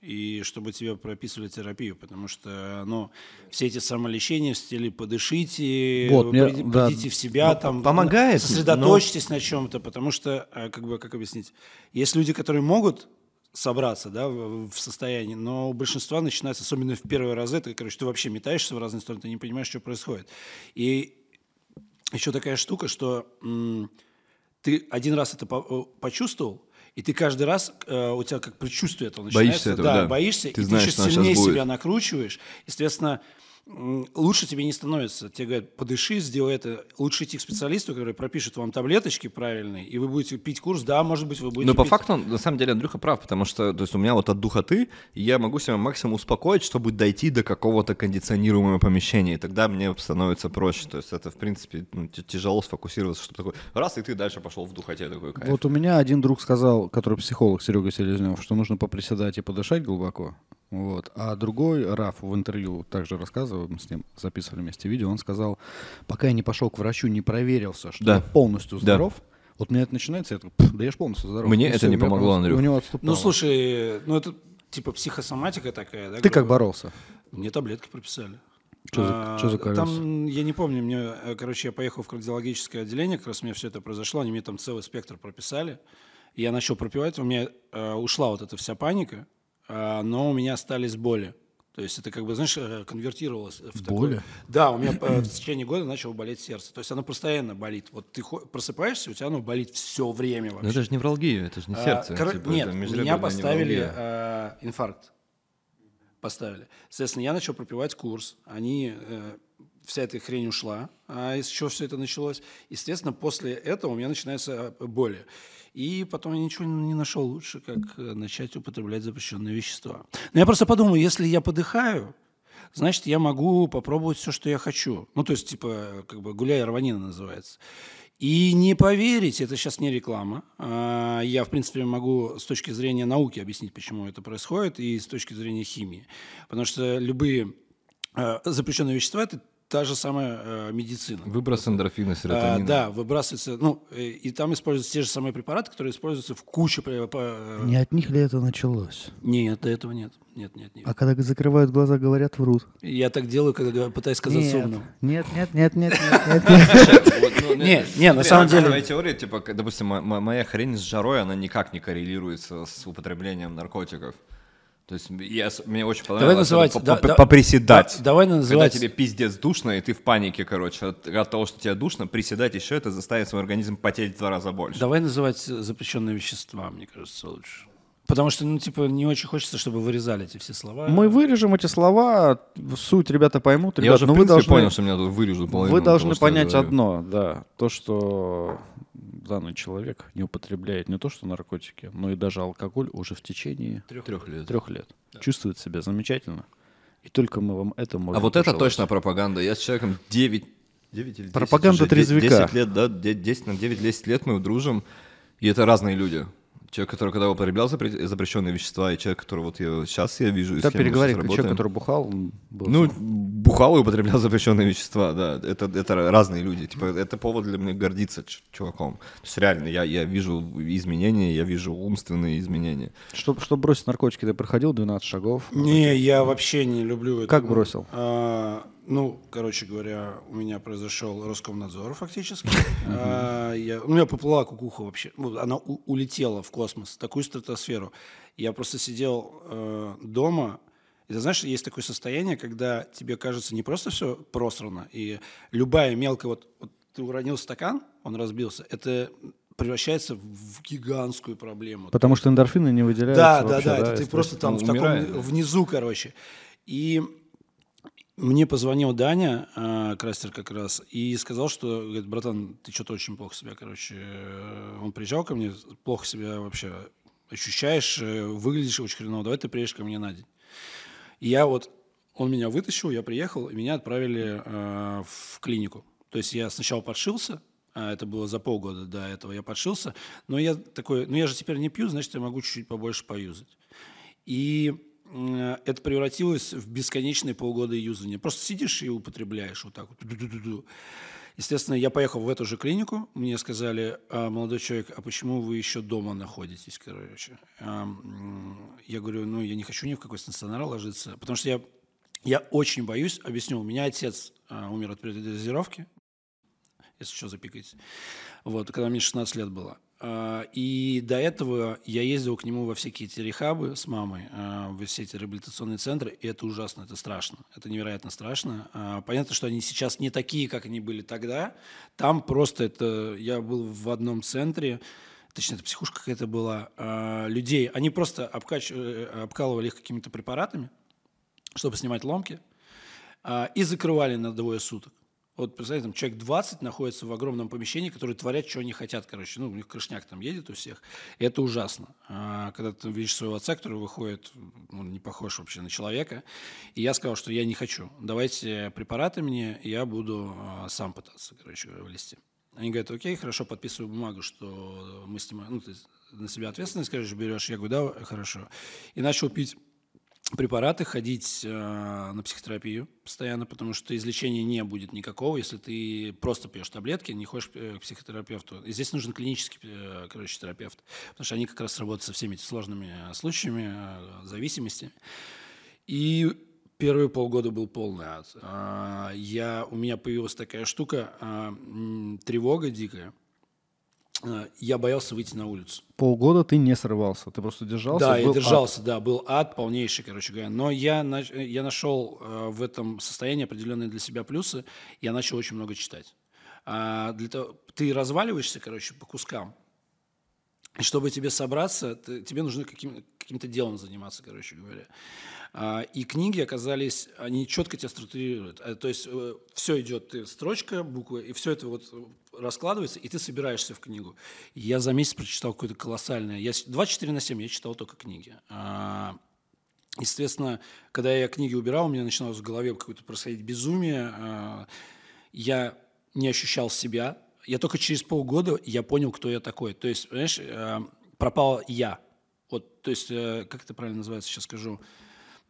S4: и чтобы тебе прописывали терапию, потому что, ну, все эти самолечения в стиле «подышите»,
S1: Вот,
S4: вы
S1: мне-
S4: приди-
S1: да.
S4: придите в себя, там, ну,
S2: помогает,
S4: сосредоточьтесь на чем-то, потому что, а, как бы, как объяснить, есть люди, которые могут собраться, да, в, в состоянии, но у большинства начинается, особенно в первые разы, это, короче, ты вообще метаешься в разные стороны, ты не понимаешь, что происходит. И еще такая штука, что м, Ты один раз это по- э, почувствовал, и ты каждый раз, э, у тебя как предчувствие этого
S2: Боишься
S4: начинается.
S2: этого, да.
S4: боишься,
S2: Ты
S4: и
S2: знаешь,
S4: ты еще
S2: она щас
S4: сильнее
S2: будет.
S4: себя накручиваешь. Естественно, м, лучше тебе не становится. Тебе говорят, подыши, сделай это. Лучше идти к специалисту, который пропишет вам таблеточки правильные, и вы будете пить курс. Да, может быть, вы будете
S2: Ну, по
S4: пить.
S2: факту, на самом деле, Андрюха прав, потому что, то есть, у меня вот от духоты я могу себя максимум успокоить, чтобы дойти до какого-то кондиционируемого помещения, и тогда мне становится проще. То есть, это, в принципе, ну, ти- тяжело сфокусироваться, что такое. Раз, и ты дальше пошел в духоте такой кайф.
S1: Вот у меня один друг сказал, который психолог Серега Селезнев, что нужно поприседать и подышать глубоко. Вот. А другой, Раф, в интервью также рассказывал, мы с ним записывали вместе видео, он сказал, пока я не пошел к врачу, не проверился, что
S2: Да.
S1: я полностью
S2: Да.
S1: здоров, вот у меня это начинается, я такой, «Пф, да я же полностью здоров.
S2: Мне
S1: И
S2: это
S1: всё,
S2: не
S1: у меня
S2: помогло,
S1: полностью-
S2: Андрюх.
S1: У него отступало.
S4: Ну, слушай, ну это типа психосоматика такая, да?
S1: Ты как
S4: грубо?
S1: боролся?
S4: Мне таблетки прописали.
S1: Чё за-
S4: А,
S1: чё за
S4: Там, я не помню, мне, э, короче, я поехал в кардиологическое отделение, как раз у меня все это произошло, они мне там целый спектр прописали. И Я начал пропивать, у меня э, ушла вот эта вся паника, а, но у меня остались боли. То есть это как бы, знаешь, э, конвертировалось в такое-
S1: Боли?
S4: Да, у меня э, в течение года начало болеть сердце. То есть оно постоянно болит. Вот ты хо- просыпаешься, у тебя оно болит все время вообще.
S2: Ну, это же невралгия, это же не
S4: А,
S2: сердце.
S4: коро-
S2: типа,
S4: Нет,
S2: это
S4: меня
S2: межреберная
S4: поставили
S2: невралгия.
S4: а, инфаркт. Поставили. Соответственно, я начал пропивать курс. Они... э, вся эта хрень ушла, а из чего все это началось. Естественно, после этого у меня начинаются э, боли. И потом я ничего не нашел лучше, как э, начать употреблять запрещенные вещества. Но я просто подумал, если я подыхаю, значит, я могу попробовать все, что я хочу. Ну, то есть, типа, как бы гуляй, рванина называется. И не поверите, это сейчас не реклама. А, Я, в принципе, могу с точки зрения науки объяснить, почему это происходит, и с точки зрения химии. Потому что любые э, запрещенные вещества – это та же самая э, медицина.
S2: Выброс эндорфина,
S4: А,
S2: серотонина.
S4: да, выбрасывается, ну, э, и там используются те же самые препараты, которые используются в куче... пре- по- э,
S5: Не от них ли это началось?
S4: Нет, до этого нет. Нет, нет, нет.
S5: А когда закрывают глаза, говорят, врут.
S4: Я так делаю, когда говорю- пытаюсь сказать
S5: Нет,
S4: умным.
S5: нет, нет, нет, нет, нет, нет, нет.
S2: Вот, ну, ну,
S4: Не, не, на
S2: блин,
S4: самом
S2: а
S4: деле-
S2: Моя теория, типа, к- допустим, мо- мо- моя хрень с жарой, она никак не коррелируется с употреблением наркотиков. То есть я, с- мне очень понравилось
S4: называть,
S2: это по-
S4: да,
S2: по-
S4: да.
S2: поприседать.
S4: Да, давай называть.
S2: Когда тебе пиздец душно, и ты в панике, короче, от, от того, что тебе душно, приседать еще, это заставит свой организм потеть в два раза больше.
S4: Давай называть э, запрещенные вещества, мне кажется, лучше. Потому что, ну, типа, не очень хочется, чтобы вырезали эти все слова.
S1: Мы вырежем эти слова, суть ребята поймут.
S2: я
S1: Ребят,
S2: уже,
S1: но
S4: ну
S2: в
S1: вы
S2: принципе,
S1: должны-
S2: понял, что меня тут вырежут половину.
S1: Вы должны
S2: того, что я
S1: понять
S2: говорю.
S1: одно, да, то, что данный человек не употребляет не то, что наркотики, но и даже алкоголь уже в течение трех,
S2: Трёх лет.
S1: лет. Чувствует себя замечательно. И только мы вам это можем
S2: А вот это
S1: пожелать.
S2: точно пропаганда. Я с человеком 9, 9 или 10
S1: Пропаганда
S2: уже,
S1: трезвяка.
S2: 10 лет, да, де- 10 на 9, 10 лет мы дружим, и это разные люди. Человек, который когда употреблял запре- запрещенные вещества, и человек, который вот я, сейчас я вижу, и с
S1: Да,
S2: кем мы
S1: переговорить,
S2: сейчас
S1: человек,
S2: работаем.
S1: который бухал, он был...
S2: Ну, бухал и употреблял запрещенные вещества, да. Это, это разные люди. Типа, это повод для меня гордиться ч- чуваком. То есть реально, я, я вижу изменения, я вижу умственные изменения.
S1: чтобы, чтобы бросить наркотики, ты проходил 12 шагов.
S4: Не, я вообще не люблю это.
S1: Как бросил?
S4: А, ну, короче говоря, у меня произошел Роскомнадзор фактически. А, я- У меня поплыла кукуха вообще. Ну, Она у- улетела в космос, в такую стратосферу. Я просто сидел э, дома. И ты знаешь, есть такое состояние, когда тебе кажется не просто все просрано, и любая мелкая... Вот, вот ты уронил стакан, он разбился. Это превращается в гигантскую проблему.
S1: Потому что эндорфины не выделяются
S4: Да, да,
S1: вообще,
S4: да, это ты
S1: если-
S4: просто там
S2: ну,
S4: в таком
S2: умирает, да.
S4: внизу, короче. И мне позвонил Даня, а, Крастер как раз, и сказал, что, говорит, братан, ты что-то очень плохо себя, короче. э, Он приезжал ко мне, плохо себя вообще ощущаешь, э, выглядишь очень хреново, давай ты приедешь ко мне на день. И я вот, он меня вытащил, я приехал, и меня отправили э, в клинику. То есть я сначала подшился, а это было за полгода до этого, я подшился, но я такой, ну я же теперь не пью, значит, я могу чуть-чуть побольше поюзать. И м, это превратилось в бесконечные полгода юзания. Просто сидишь и употребляешь вот так вот. Ду-ду-ду-ду. Естественно, я поехал в эту же клинику. Мне сказали, «А, молодой человек, а почему вы еще дома находитесь, короче? А, м, Я говорю, ну, я не хочу ни в какой стационар ложиться, потому что я, я очень боюсь, объясню, у меня отец а, умер от передозировки, если что, запикайте. Вот, когда мне 16 лет было. А, А, И до этого я ездил к нему во всякие эти рехабы с мамой, а, во все эти реабилитационные центры, и это ужасно, это страшно, это невероятно страшно. А, Понятно, что они сейчас не такие, как они были тогда. Там просто это... Я был в одном центре, точнее, это психушка какая-то была, а, людей, они просто обкач- э, обкалывали их какими-то препаратами, чтобы снимать ломки, а, и закрывали на двое суток. Вот, представляете, там человек 20 находится в огромном помещении, которые творят, что они хотят, короче. Ну, у них крышняк там едет у всех. И это ужасно. А, когда ты видишь своего отца, который выходит, он не похож вообще на человека. И я сказал, что я не хочу. Давайте препараты мне, я буду а, сам пытаться, короче, говоря, вылезти. Они говорят, окей, хорошо, подписываю бумагу, что мы снимаем, ну, ты на себя ответственность, короче, берешь. Я говорю, да, хорошо. И начал пить препараты, ходить э, на психотерапию постоянно, потому что излечения не будет никакого, если ты просто пьешь таблетки, не ходишь э, к психотерапевту. И здесь нужен клинический, э, короче, терапевт, потому что они как раз работают со всеми этими сложными э, случаями, э, зависимостями. И первые полгода был полный ад. А, Я, у меня появилась такая штука, а, м, тревога дикая. А, Я боялся выйти на улицу.
S1: Полгода ты не срывался, ты просто держался.
S4: Да,
S1: и
S4: я
S1: был
S4: держался, да, был ад полнейший, короче говоря. Но я, нач- я нашел э, в этом состоянии определенные для себя плюсы. Я начал очень много читать. А, для того, ты разваливаешься, короче, по кускам. И чтобы тебе собраться, ты- тебе нужно каким- каким-то делом заниматься, короче говоря. А, и книги оказались, они четко тебя структурируют. А, то есть все идет, ты строчка, буква, и все это вот э, раскладывается, и ты собираешься в книгу. И Я за месяц прочитал какое-то колоссальное. Я с- 24 на 7 я читал только книги. А, Естественно, когда я книги убирал, у меня начиналось в голове какое-то происходить безумие. а, Я не ощущал себя. Я только через полгода я понял, кто я такой. То есть, понимаешь, э, пропал я. Вот, то есть, э, как это правильно называется, сейчас скажу.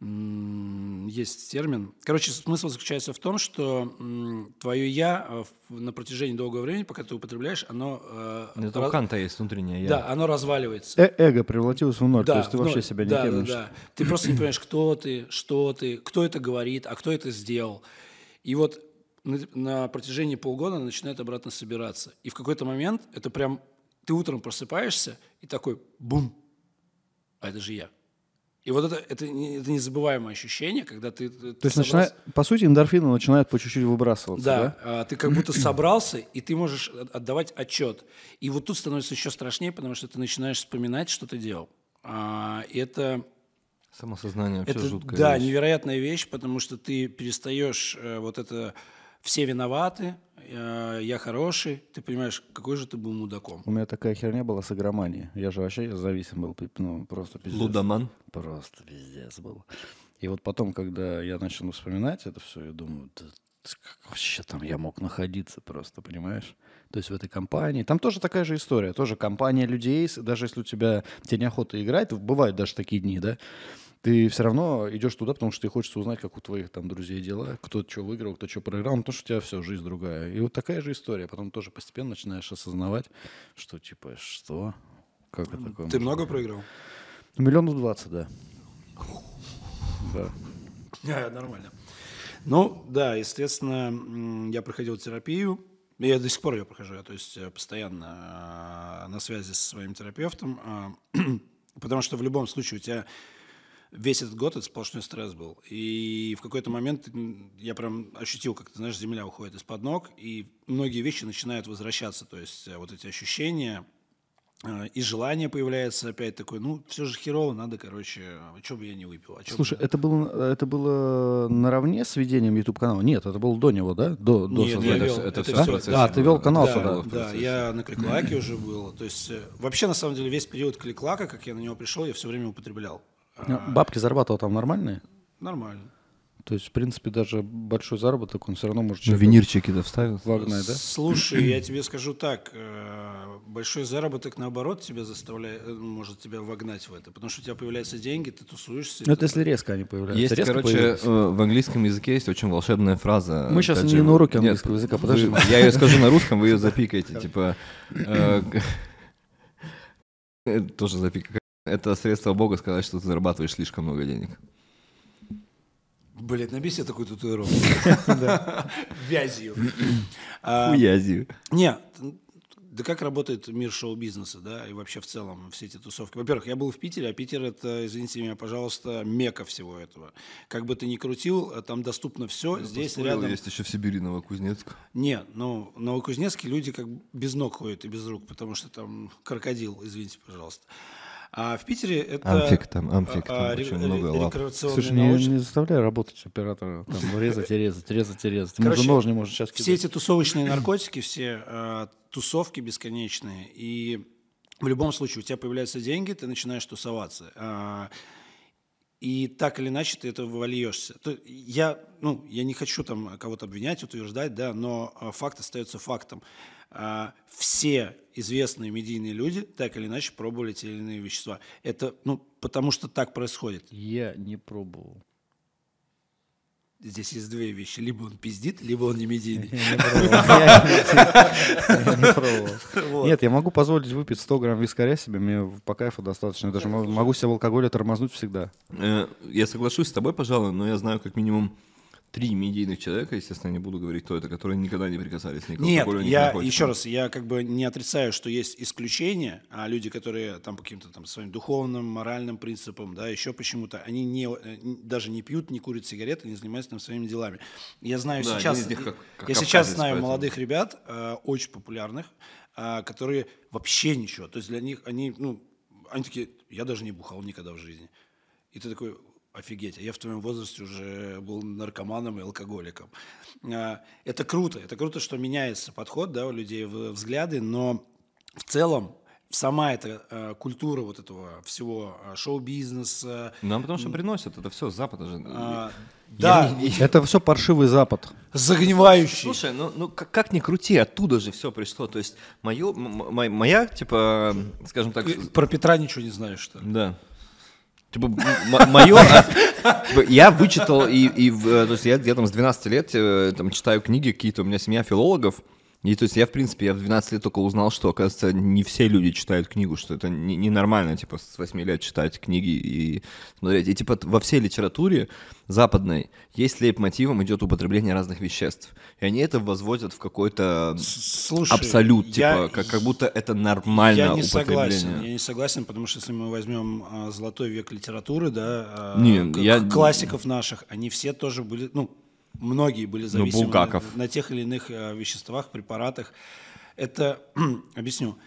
S4: М, Есть термин. Короче, смысл заключается в том, что м, твое я э, в- на протяжении долгого времени, пока ты употребляешь, оно... э,
S2: Это
S4: раз-
S2: у Канта есть внутреннее я.
S4: Да, оно разваливается.
S1: Э- эго превратилось в ноль,
S4: Да,
S1: то есть ты
S4: ну,
S1: вообще себя не
S4: да, да,
S1: термишь.
S4: да. Ты просто не понимаешь, кто ты, что ты, кто это говорит, а кто это сделал. И вот на, на протяжении полгода она начинает обратно собираться. И в какой-то момент это прям ты утром просыпаешься и такой бум, а это же я. И вот это, это, не- это незабываемое ощущение, когда ты...
S1: То есть, начинает, по сути, эндорфины начинают по чуть-чуть выбрасываться, да?
S4: да, а, ты как будто собрался, и ты можешь от- отдавать отчет. И вот тут становится еще страшнее, потому что ты начинаешь вспоминать, что ты делал. А, и это
S2: Самосознание вообще
S4: это,
S2: жуткое.
S4: Да,
S2: вещь.
S4: невероятная вещь, потому что ты перестаешь э, вот это все виноваты, э, я хороший, ты понимаешь, какой же ты был мудаком.
S1: У меня такая херня была с игроманией. Я же вообще зависим был, пи- ну, просто пиздец.
S2: Лудоман.
S1: Просто пиздец был. И вот потом, когда я начал вспоминать это все, я думаю, да ц- как вообще там я мог находиться просто, понимаешь? То есть в этой компании. Там тоже такая же история. Тоже компания людей, с- даже если у тебя тебе неохота играть, то бывают даже такие дни, да? Ты все равно идешь туда, потому что тебе хочется узнать, как у твоих там друзей дела, кто что выиграл, кто что проиграл, ну, то, что у тебя все, жизнь другая. И вот такая же история. Потом тоже постепенно начинаешь осознавать, что типа, что? Как это такое?
S4: Ты
S1: может
S4: много
S1: быть?
S4: проиграл?
S1: Ну, Миллионов двадцать, да. Да.
S4: нормально. Ну, да, естественно, м, я проходил терапию, и я до сих пор ее прохожу, я, то есть э, постоянно э, на связи со своим терапевтом, а, потому что в любом случае у тебя весь этот год это сплошной стресс был. И в какой-то момент м, я прям ощутил, как ты знаешь, земля уходит из-под ног, и многие вещи начинают возвращаться. То есть э, вот эти ощущения, э, и желание появляется опять такое, ну, все же херово, надо, короче, что бы я не выпил. а чё бы
S1: Слушай,
S4: я-
S1: это было, это было наравне с ведением YouTube канала? Нет, это было до него, да? До, до
S4: Нет, я
S1: создания. А?
S4: вел,
S2: это
S4: это
S2: всё
S4: всё,
S2: в процессе
S1: да, ты вел
S2: было.
S1: канал
S4: да,
S1: сюда.
S2: в
S4: Да,
S2: процессе.
S4: я на Кликлаке уже был. То есть э, вообще, на самом деле, весь период Кликлака, как я на него пришел, я все время употреблял. А,
S1: Ну, Бабки зарабатывал там нормальные?
S4: Нормально.
S1: То есть, в принципе, даже большой заработок, он все равно может...
S2: Ну,
S1: человека
S2: Винирчики-то вставил.
S1: вогнать, да?
S4: Слушай, я тебе скажу так, э, большой заработок, наоборот, тебя заставляет, э, может тебя вогнать в это, потому что у тебя появляются деньги, ты тусуешься. и
S1: Ну, это
S4: ты-
S1: если резко они появляются.
S2: Есть,
S1: резко
S2: короче,
S1: появились.
S2: э, в английском языке есть очень волшебная фраза.
S1: Мы щас
S2: Таджи.
S1: не на уроке
S2: Нет,
S1: английского языка,
S2: вы-
S1: подожди.
S2: Я ее скажу на русском, вы ее запикаете. Типа... э, э, Тоже запика. Это средство Бога сказать, что ты зарабатываешь слишком много денег.
S4: Блядь, набей себе такую татуировку. Вязью. А,
S2: Хуязи.
S4: Не, т- да как работает мир шоу-бизнеса, да, и вообще в целом все эти тусовки. Во-первых, я был в Питере, а Питер это, извините меня, пожалуйста, мека всего этого. Как бы ты ни крутил, э, там доступно все, здесь
S2: Поспорил,
S4: рядом...
S2: Есть еще в Сибири Новокузнецк.
S4: Не, ну, в Новокузнецке люди как бы без ног ходят и без рук, потому что там крокодил, извините, пожалуйста. А в Питере это... а,
S2: Амфик там, амфик там
S4: ре-
S2: очень
S4: ре-
S2: много лап.
S4: рекреационный
S1: Слушай, не,
S4: научный-
S1: не заставляй работать оператора. Там, резать и резать, резать и резать.
S4: Короче,
S1: Между ножны можно сейчас
S4: Все
S1: кидать.
S4: эти тусовочные наркотики, все э, тусовки бесконечные. И в любом случае у тебя появляются деньги, ты начинаешь тусоваться. А, и так или иначе ты этого вольешься. То- Я, ну, я не хочу там кого-то обвинять, утверждать, да, но а, факт остается фактом. А, Все известные медийные люди так или иначе пробовали те или иные вещества. Это, ну, потому что так происходит.
S1: Я не пробовал.
S4: Здесь есть две вещи. Либо он пиздит, либо он не медийный.
S1: Я не пробовал.
S4: Вот.
S1: Нет, я могу позволить выпить 100 грамм вискаря себе, мне по кайфу достаточно. Я даже мо- могу себя в алкоголе тормознуть всегда.
S2: Э, Я соглашусь с тобой, пожалуй, но я знаю как минимум три медийных человека, естественно, я не буду говорить, кто это, которые никогда не прикасались ни к
S4: Нет,
S2: алкоголю, ни к
S4: я
S2: наркотикам.
S4: еще раз, я как бы не отрицаю, что есть исключения, а люди, которые там по каким-то там своим духовным, моральным принципам, да, еще почему-то, они не, э, н- даже не пьют, не курят сигареты, не занимаются там своими делами. Я знаю
S2: Да,
S4: сейчас,
S2: один из них как- как
S4: я сейчас
S2: кавказец,
S4: знаю
S2: поэтому.
S4: молодых ребят, э, очень популярных, э, которые вообще ничего, то есть для них они, ну, они такие, я даже не бухал никогда в жизни. И ты такой, офигеть, а я в твоем возрасте уже был наркоманом и алкоголиком. А, Это круто, это круто, что меняется подход да, у людей, в- взгляды, но в целом сама эта э, культура вот этого всего э, шоу-бизнеса,
S2: Нам потому что приносят, это все с Запада же.
S4: а,
S2: Я
S4: да,
S2: не- не-
S1: Это все паршивый запад.
S4: загнивающий.
S2: Слушай, ну, ну как, как ни крути, оттуда же все пришло. То есть моё- м- м- моя, типа, скажем так,
S4: Ты Про Петра ничего не знаешь, что ли?
S2: Да. Типа, мое... а, типа, Я вычитал, и, и в, э, то есть я, я там с 12 лет э, там, читаю книги какие-то, у меня семья филологов, и то есть я, в принципе, я в 12 лет только узнал, что, оказывается, не все люди читают книгу, что это не- ненормально, типа, с 8 лет читать книги и смотреть. И, типа, во всей литературе западной есть лейб-мотивом идет употребление разных веществ. И они это возводят в какой-то
S4: Слушай,
S2: абсолют,
S4: я-
S2: типа, как, как будто это нормально
S4: Я не
S2: употребление.
S4: согласен, я не согласен, потому что если мы возьмем а, золотой век литературы, да, а,
S2: Не,
S4: к-
S2: я-
S4: к- классиков наших, они все тоже были, ну, многие были зависимы на,
S2: Ну, Булгаков.
S4: на тех или иных а, веществах, препаратах. Это, объясню.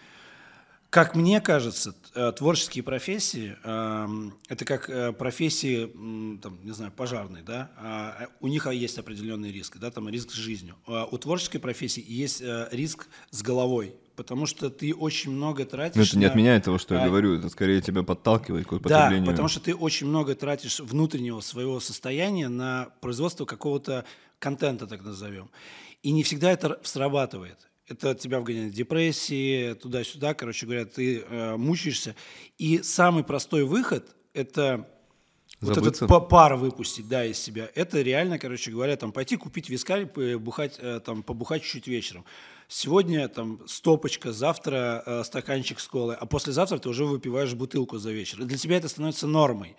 S4: Как мне кажется, т- э, творческие профессии эм, это как э, профессии, м, там, не знаю, пожарные, да, а, э, у них а, есть определенный риск, да, там риск с жизнью. А У творческой профессии есть э, риск с головой, потому что ты очень много тратишь.
S2: Ну, это не
S4: на-
S2: отменяет того, что я
S4: а,
S2: говорю. Это скорее тебя подталкивает к
S4: Да,
S2: употреблению.
S4: потому что ты очень много тратишь внутреннего своего состояния на производство какого-то контента, так назовем. И не всегда это р- срабатывает. Это тебя вгоняет в депрессии, туда-сюда, короче говоря, ты э, мучаешься. И самый простой выход – это вот
S2: Забыться?
S4: этот па- пар выпустить, да, из себя. Это реально, короче говоря, там пойти купить вискарь, п- бухать, э, там, побухать чуть-чуть вечером. Сегодня там стопочка, завтра э, стаканчик с колой, а послезавтра ты уже выпиваешь бутылку за вечер. И для тебя это становится нормой.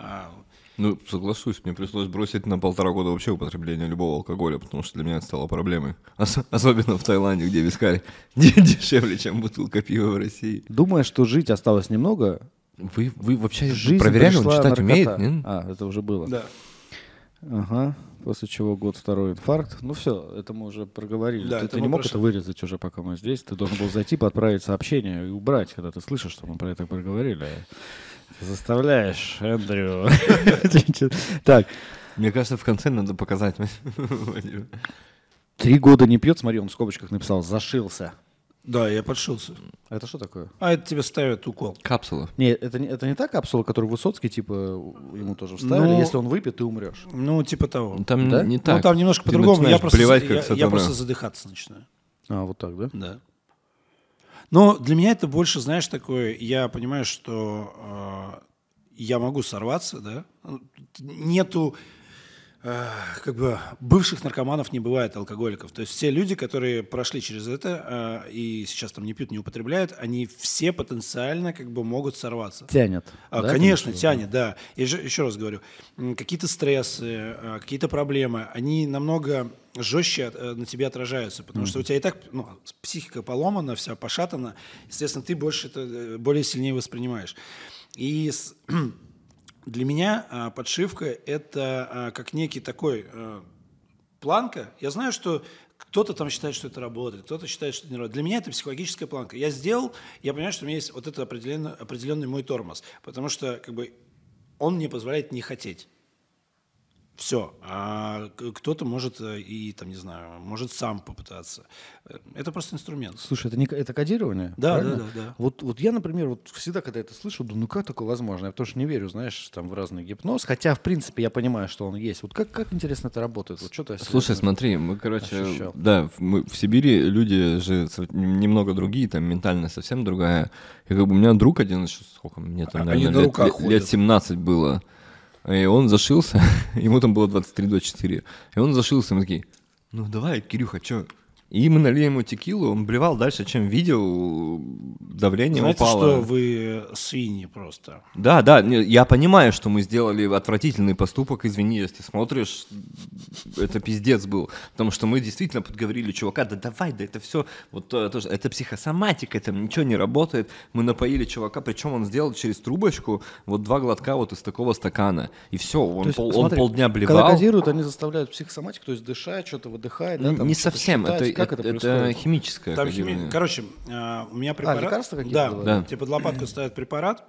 S4: А,
S2: Ну, соглашусь, мне пришлось бросить на полтора года вообще употребление любого алкоголя, потому что для меня это стало проблемой. Ос- особенно в Таиланде, где вискарь де- дешевле, чем бутылка пива в России.
S1: Думая, что жить осталось немного,
S2: Вы, вы вообще
S1: жизнь
S2: проверяли, он
S1: пришла
S2: читать
S1: наркота.
S2: умеет? не?
S1: А, это уже было.
S4: да.
S1: Ага, после чего год второй инфаркт. Ну все, это мы уже проговорили.
S4: Да,
S1: ты,
S4: это
S1: ты
S4: мы
S1: не мог
S4: прошли.
S1: это вырезать уже, пока мы здесь. Ты должен был зайти, подправить сообщение и убрать, когда ты слышишь, что мы про это проговорили. Ты заставляешь, Эндрю. Так,
S2: Мне кажется, в конце надо показать. Владимир.
S1: три года не пьет, смотри, он в скобочках написал, зашился.
S4: Да, я подшился.
S1: Это что такое?
S4: А это тебе ставят укол.
S2: Капсула.
S1: Нет, это не, это не та капсула, которую Высоцкий, типа, у- ему тоже вставили.
S4: Ну,
S1: Если он выпьет, ты умрешь.
S4: Ну, типа того.
S2: Там
S1: Да?
S2: не так.
S4: Ну, там немножко
S2: Ты
S4: по-другому. Я
S2: начинаешь
S4: просто,
S2: Плевать,
S4: за-
S2: как
S4: я- я
S2: сатана.
S4: просто задыхаться начинаю.
S1: А, вот так, да?
S4: Да. Но для меня это больше, знаешь, такое, я понимаю, что э, я могу сорваться, да. Ну, Нету э, как бы бывших наркоманов не бывает алкоголиков. То есть все люди, которые прошли через это э, и сейчас там не пьют, не употребляют, они все потенциально как бы могут сорваться.
S1: Тянет.
S4: А,
S1: да,
S4: конечно,
S1: конечно?
S4: тянет, да. И же- еще раз говорю, м, какие-то стрессы, а, какие-то проблемы, они намного жестче от- э, на тебе отражаются, потому что у тебя и так ну, психика поломана, вся пошатана, естественно, ты больше это э, более сильнее воспринимаешь. И с- для меня а, подшивка это а, как некий такой э, планка. Я знаю, что кто-то там считает, что это работает, кто-то считает, что это не работает. Для меня это психологическая планка. Я сделал, я понимаю, что у меня есть вот это определенно- определенный мой тормоз, потому что как бы он мне позволяет не хотеть. Все. А к- кто-то может э, и там не знаю, может сам попытаться. Э, Это просто инструмент.
S1: Слушай, это, не, к- это кодирование?
S4: Да,
S1: правильно?
S4: да, да, да.
S1: Вот, вот я, например, вот всегда, когда это слышу, думаю, ну как такое возможно? Я потому что не верю, знаешь, там в разный гипноз. Хотя, в принципе, я понимаю, что он есть. Вот как, как интересно это работает? Вот что-то я
S6: э,
S2: Слушай,
S1: сегодня-
S2: смотри, мы, короче,
S1: ощущал.
S2: да, в- мы в Сибири люди же со- нем- немного другие, там ментально совсем другая. И как бы у меня друг один, еще сколько мне там,
S6: А Они
S2: наверное,
S6: на
S2: лет,
S6: руках
S2: лет-
S6: ходят.
S2: лет 17 было. И он зашился, ему там было 23-24. И он зашился, и мы такие, ну давай, Кирюха, чё? И мы налили ему текилу, он блевал дальше, чем видел, давление
S4: Знаете,
S2: упало.
S4: что вы э, свиньи просто.
S2: Да, да, не, я понимаю, что мы сделали отвратительный поступок, извини, если ты смотришь, это пиздец был, потому что мы действительно подговорили чувака, да давай, да это все, вот э, тоже, это психосоматика, там ничего не работает, мы напоили чувака, причем он сделал через трубочку вот два глотка вот из такого стакана, и все,
S1: То
S2: он,
S1: есть,
S2: пол- он
S1: смотри,
S2: полдня
S1: Когда
S2: блевал.
S1: кодируют, они заставляют психосоматику, то есть дышать, что-то выдыхать. да,
S2: Н-
S1: там
S2: не
S1: что-то
S2: совсем,
S1: считать.
S2: это,
S1: как
S2: это,
S1: это, происходит?
S2: химическое
S4: Там хими-
S2: кодирование.
S4: Короче, э, у меня препарат.
S1: А, лекарства какие-то
S4: Да,
S1: бывают?
S2: Да.
S4: Тебе под лопатку ставят препарат,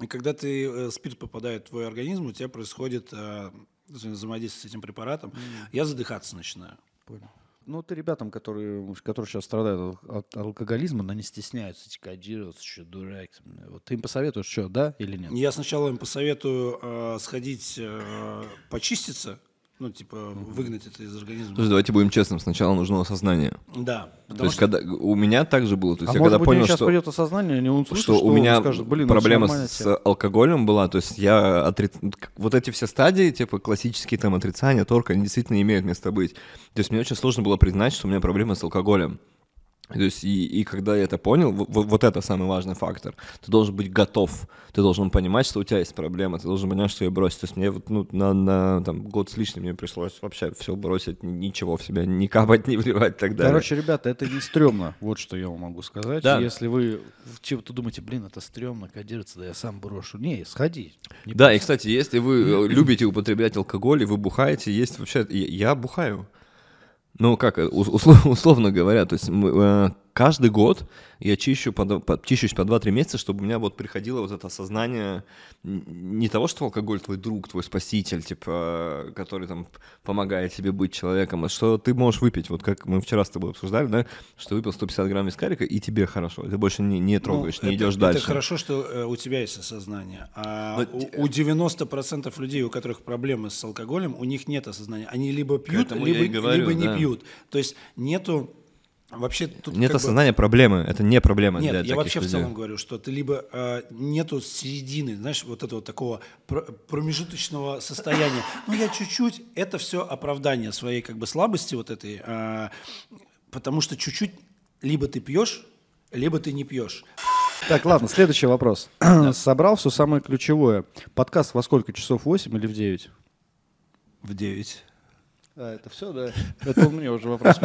S4: и когда ты э, спирт попадает в твой организм, у тебя происходит э, взаимодействие с этим препаратом. Я задыхаться начинаю.
S1: Понял. Ну, ты ребятам, которые, которые сейчас страдают ал- от алкоголизма, но не стесняются эти кодироваться, что дурак. Вот ты им посоветуешь, что, да или нет?
S4: Я сначала им посоветую э, сходить э, почиститься, ну типа выгнать это из организма.
S2: Слушай, давайте будем честным, сначала нужно осознание.
S4: Да.
S2: То
S4: потому
S2: есть,
S4: что-
S2: когда у меня так же было, то
S1: а
S2: есть я
S1: может
S2: когда
S1: быть,
S2: понял,
S1: сейчас
S2: что...
S1: придет осознание, они услышат,
S2: что у
S1: он
S2: меня
S1: скажет, блин, ну,
S2: проблема
S1: всё нормально,
S2: с
S1: тема».
S2: алкоголем была, то есть я отрит... вот эти все стадии, типа классические там отрицания, торг, они действительно имеют место быть. То есть мне очень сложно было признать, что у меня проблемы с алкоголем. То есть и, и когда я это понял, во- во- вот это самый важный фактор. Ты должен быть готов, ты должен понимать, что у тебя есть проблема, ты должен понимать, что ее бросить. То есть мне вот ну, на, на, там, год с лишним мне пришлось вообще все бросить, ни- ничего в себя не капать, не вливать и так далее.
S1: Короче, ребята, это не стрёмно. Вот что я вам могу сказать.
S2: Да.
S1: Если вы в чего-то думаете, блин, это стрёмно, кодироваться, да я сам брошу. Не, сходи. Не
S2: Да, и, кстати, если вы э, любите употреблять алкоголь, и вы бухаете, есть вообще... и Я бухаю. Ну, как, э, ус- услов- условно говоря, то есть мы, э, каждый год я чищу по, д- по- чищусь по 2-3 месяца, чтобы у меня вот приходило вот это осознание н- не того, что алкоголь твой друг, твой спаситель, типа, э, который там помогает тебе быть человеком, а что ты можешь выпить, вот как мы вчера с тобой обсуждали, да, что ты выпил 150 грамм вискарика, и тебе хорошо, ты больше не, не
S4: ну,
S2: трогаешь, не
S4: это-
S2: идешь дальше.
S4: Это хорошо, что э, у тебя есть осознание. А
S2: Но те-
S4: у, у 90% людей, у которых проблемы с алкоголем, у них нет осознания. Они либо пьют,
S2: этому я
S4: либо,
S2: и говорю,
S4: либо не
S2: да.
S4: пьют. То есть нету вообще тут
S2: Нет
S4: как бы-
S2: осознания проблемы, это не проблема
S4: Нет,
S2: для
S4: я
S2: таких
S4: вообще в
S2: людей.
S4: целом говорю, что ты либо э, нету середины, знаешь, вот этого такого пр- промежуточного состояния. Ну, я чуть-чуть, это все оправдание своей как бы слабости вот этой, э, потому что чуть-чуть либо ты пьешь, либо ты не пьешь.
S1: Так, ладно, следующий вопрос. Собрал все самое ключевое. Подкаст во сколько часов? 8 или в 9?
S4: В 9.
S1: А, это все, да? Это у меня уже вопрос.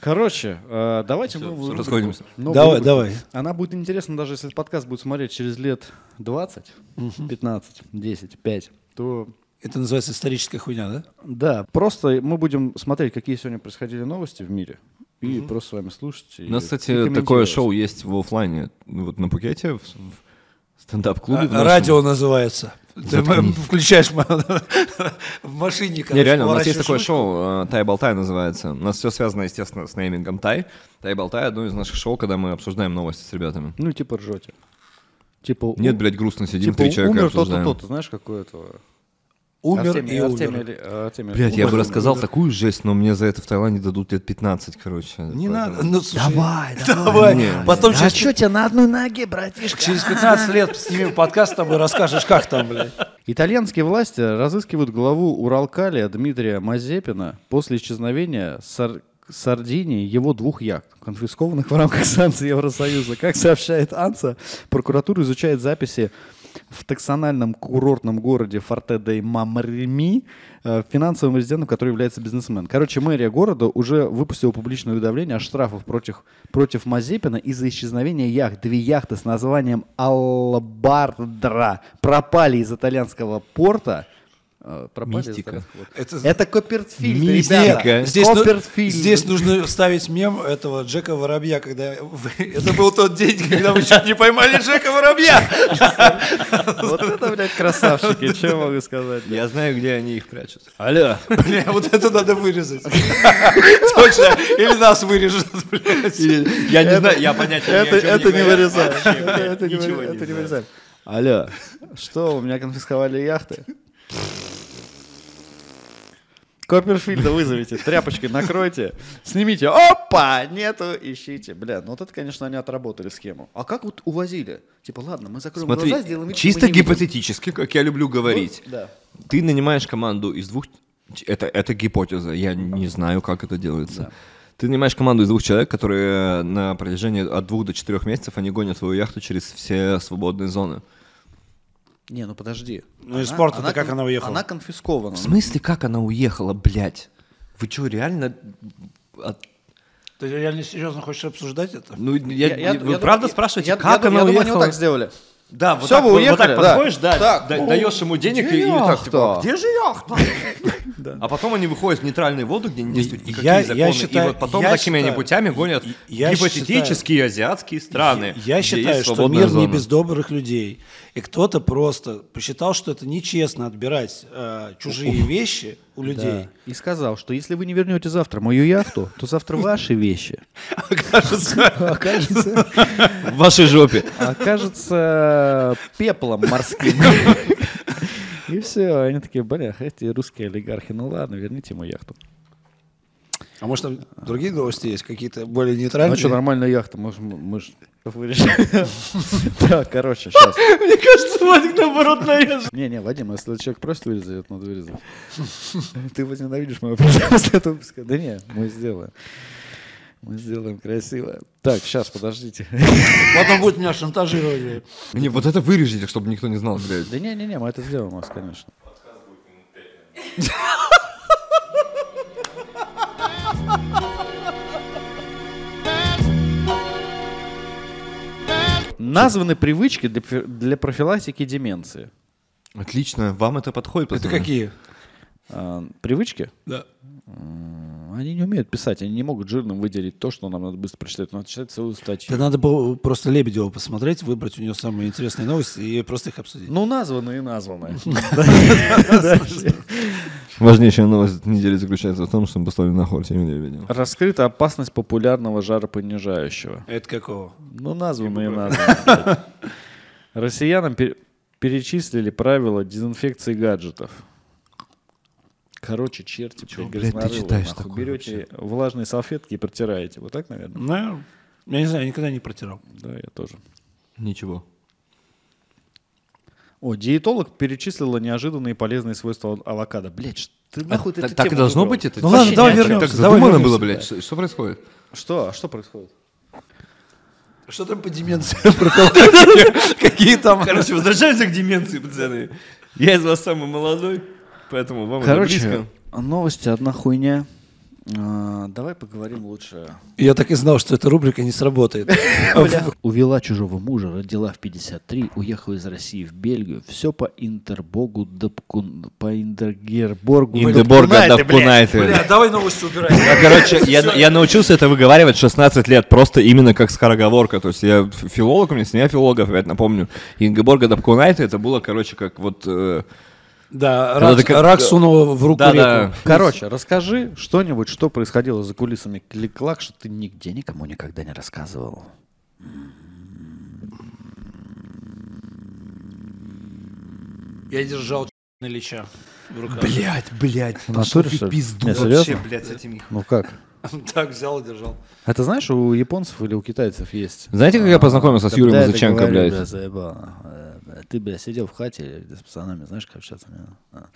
S1: Короче, э, давайте мы... в-
S2: расходимся.
S1: новую
S4: Давай,
S1: рубрику.
S4: давай.
S1: Она будет интересна, даже если этот подкаст будет смотреть через лет 20, 15, 10, 5, то
S4: Это называется историческая хуйня, да?
S1: Да, просто мы будем смотреть, какие сегодня происходили новости в мире, и просто с вами слушать. и
S2: У нас, кстати,
S1: комментировать.
S2: такое шоу есть в оффлайне, ну, вот на Пукете, в, в
S4: Ну,
S2: стендап-клубе. в нашем.
S4: А, Радио называется. Ты м- включаешь м- в машине,
S2: Не,
S4: короче,
S2: реально, у нас есть
S4: поворачиваешь
S2: такое
S4: ручку.
S2: шоу э, «Тай Болтай» называется. У нас все связано, естественно, с неймингом «Тай». «Тай Болтай» — одно из наших шоу, когда мы обсуждаем новости с ребятами.
S1: Ну, типа ржете. Типа,
S2: Нет,
S1: ум-
S2: блядь, грустно сидим,
S1: типа,
S2: три человека
S1: умер
S2: обсуждаем.
S1: тот-то, тот знаешь, какое это?
S4: Умер
S5: Артемий-
S4: и
S5: Артемий-
S4: умер.
S5: э, Артемий-
S2: Блять, я бы
S4: Умер,
S2: рассказал
S4: умер.
S2: такую жесть, но мне за это в Таиланде дадут лет 15, короче.
S4: Не
S2: Поэтому-
S4: надо. Ну, слушай,
S5: Давай,
S4: давай. Потом
S5: А
S4: через,
S5: что тебе на одной ноге, братишка?
S4: через 15 лет снимем подкаст с тобой, расскажешь, как там, блядь.
S1: Итальянские власти разыскивают главу Уралкалия Дмитрия Мазепина после исчезновения Сар- Сардинии его двух яхт, конфискованных в рамках санкций Евросоюза. Как сообщает Анса, прокуратура изучает записи в таксональном курортном городе форте де мамреми э, финансовым резидентом, который является бизнесмен. Короче, мэрия города уже выпустила публичное уведомление о штрафах против, против Мазепина из-за исчезновения яхт. Две яхты с названием «Албардра» пропали из итальянского порта. Э, Пропали из
S2: Мистика.
S1: итальянского порта.
S4: Это
S1: Это Копертфильд,
S2: Мистика.
S1: ребята.
S4: Здесь, ну-
S1: Копертфильд.
S4: здесь нужно вставить мем этого Джека Воробья, когда вы- это был тот день, когда вы чуть не поймали Джека Воробья.
S1: Вот это, блядь, красавчики, что я могу сказать.
S2: Я знаю, где они их прячут.
S1: Алло.
S4: Бля, вот это надо вырезать. Точно. Или нас вырежут, блядь.
S2: Я не знаю, я понятия
S1: Это,
S2: ни о
S1: это
S2: чем
S1: не
S2: говорю.
S1: вырезаем.
S2: Вообще, блядь,
S1: Это не
S2: ничего
S1: выре- это не
S2: знаю.
S1: вырезаем. Алло, что, у меня конфисковали яхты? Копперфильда вызовите, тряпочкой накройте, снимите. Опа, нету, ищите. Бля, ну вот это, конечно, они отработали схему. А как вот увозили? Типа, ладно, мы закроем глаза, сделаем
S2: Смотри,
S1: вид,
S2: чисто
S1: что мы не видим.
S2: гипотетически, как я люблю говорить,
S1: Да.
S2: ты нанимаешь команду из двух... Это, это гипотеза, я не знаю, как это делается. Ты нанимаешь команду из двух человек, которые э, на протяжении от двух до четырех месяцев, они гонят свою яхту через все свободные зоны.
S1: Не, ну подожди.
S4: Ну и
S1: Она-
S4: спорта-то как
S1: кон-
S4: она уехала?
S1: Она конфискована.
S2: В смысле, как она уехала, блядь? Вы что, реально... от-
S4: Ты реально серьезно хочешь обсуждать это?
S2: Ну, я,
S1: Я- я-
S2: вы
S1: я
S2: правда
S1: думаю-
S2: спрашиваете,
S1: я-
S2: как
S1: я
S2: она
S1: думаю,
S2: уехала?
S1: Я думаю, они вот так сделали.
S2: Да, вот
S1: Всё,
S2: так,
S1: вы
S2: вот- вот
S1: уехали,
S2: так
S1: да.
S2: подходишь, да,
S1: Так,
S2: да- даешь ему денег и, и так, типа, «А где же яхта? А потом они выходят в нейтральную воду, где не действуют никакие
S4: я
S2: законы,
S4: считаю-
S2: и вот потом
S4: я
S2: такими они
S4: считаю-
S2: путями гонят
S4: я
S2: гипотетические азиатские страны.
S4: Я
S2: где
S4: считаю,
S2: есть
S4: что
S2: свободная
S4: мир не
S2: зона.
S4: без добрых людей. И кто-то просто посчитал, что это нечестно отбирать э, чужие вещи у людей.
S1: И сказал, что если вы не вернете завтра мою яхту, то завтра ваши вещи. Окажется,
S2: В вашей жопе.
S1: окажется пеплом морским. И все, они такие, бля, эти русские олигархи, ну ладно, верните ему яхту. «Ну
S4: А может там другие новости есть, какие-то более
S1: Ну
S4: нейтральные?
S1: что, нормальная яхта, мы ж- мы ж вырежем. Так, короче, сейчас.
S2: Мне кажется, Вадик наоборот нарежет.
S1: Не-не, Вадим, если человек просто вырезает, надо вырезать. Ты возненавидишь моего после этого выпуска. Да не, мы сделаем. Мы сделаем красиво. Так, сейчас, подождите.
S4: Потом будет меня шантажировать. блядь.
S2: Не, вот это вырежите, чтобы никто не знал, блядь.
S1: Да не-не-не, мы это сделаем, у нас, конечно. Названы привычки для, профи- для профилактики деменции.
S2: Отлично, вам это подходит,
S4: Это
S2: пацаны.
S4: какие?
S1: А, привычки?
S4: Да.
S1: М, Они не умеют писать, они не могут жирным выделить то, что нам надо быстро прочитать. Надо читать целую
S4: Да
S1: статью.
S4: надо было просто Лебедева посмотреть, выбрать у нее самые интересные новости и просто их обсудить.
S1: Ну, названы и названы.
S2: Важнейшая новость недели заключается в том, что мы поставили на хор Тимми Лебедева.
S1: Раскрыта опасность популярного жаропонижающего.
S4: Это какого?
S1: Ну, названы и названы. блядь. Россиянам пер- перечислили правила дезинфекции гаджетов. Короче, черти, блядь,
S2: блядь, ты
S1: грязнорылые,
S2: читаешь
S1: нахуй.
S2: такое
S1: Берете влажные салфетки и протираете. Вот так, наверное?
S4: Ну, я не знаю, я никогда не протирал.
S1: Да, я тоже.
S2: Ничего.
S1: О, диетолог перечислила неожиданные полезные свойства ав- авокадо. Блядь, ш- ты нахуй ты
S2: Так
S1: эту
S2: А, так и
S1: тему
S2: должно
S1: выбрал?
S2: быть это?
S4: Ну ладно,
S2: Вообще
S4: давай
S2: ни о чем.
S4: вернемся,
S2: Так
S4: давай
S2: задумано
S4: вернемся,
S2: было, блядь. Что- Что происходит?
S1: Что? А что происходит?
S4: Что там по деменции? Какие там?
S2: Короче, возвращаемся к деменции, пацаны. Я из вас самый молодой, поэтому вам
S1: Короче,
S2: а,
S1: новости одна хуйня. А, давай поговорим лучше.
S4: Я так и знал, что эта рубрика не сработает.
S1: Увела чужого мужа, родила в 53, уехала из России в Бельгию. Все по Интербогу, Дабкун- по Индергерборгу.
S4: Бля, давай новости убирай.
S2: Короче, я, я научился это выговаривать 16 лет, просто именно как скороговорка. То есть я ф- филолог, у меня семья филологов, опять напомню. Ингеборга Дапкунайта, это было, короче, как вот... э,
S4: Да,
S2: Когда
S4: рак,
S2: ты как-
S4: рак сунул в руку
S2: Да-да.
S4: реку.
S1: Короче, расскажи что-нибудь, что происходило за кулисами клик-клак, что ты нигде никому никогда не рассказывал.
S4: Я держал Ильича в руках.
S1: Блять, блять,
S5: В натуре, что ли? Не,
S2: Вообще,
S5: серьезно?
S2: блядь, с этим...
S1: Ну как?
S4: Так взял и держал.
S1: Это знаешь, у японцев или у китайцев есть? а,
S2: Знаете, как я познакомился с
S5: Когда
S2: Юрием
S5: я это
S2: Языченко,
S5: говорю,
S2: блядь?
S5: бля, заебало. Э, бля, Ты, бля, сидел в хате с пацанами, знаешь, как общаться? не надо. А.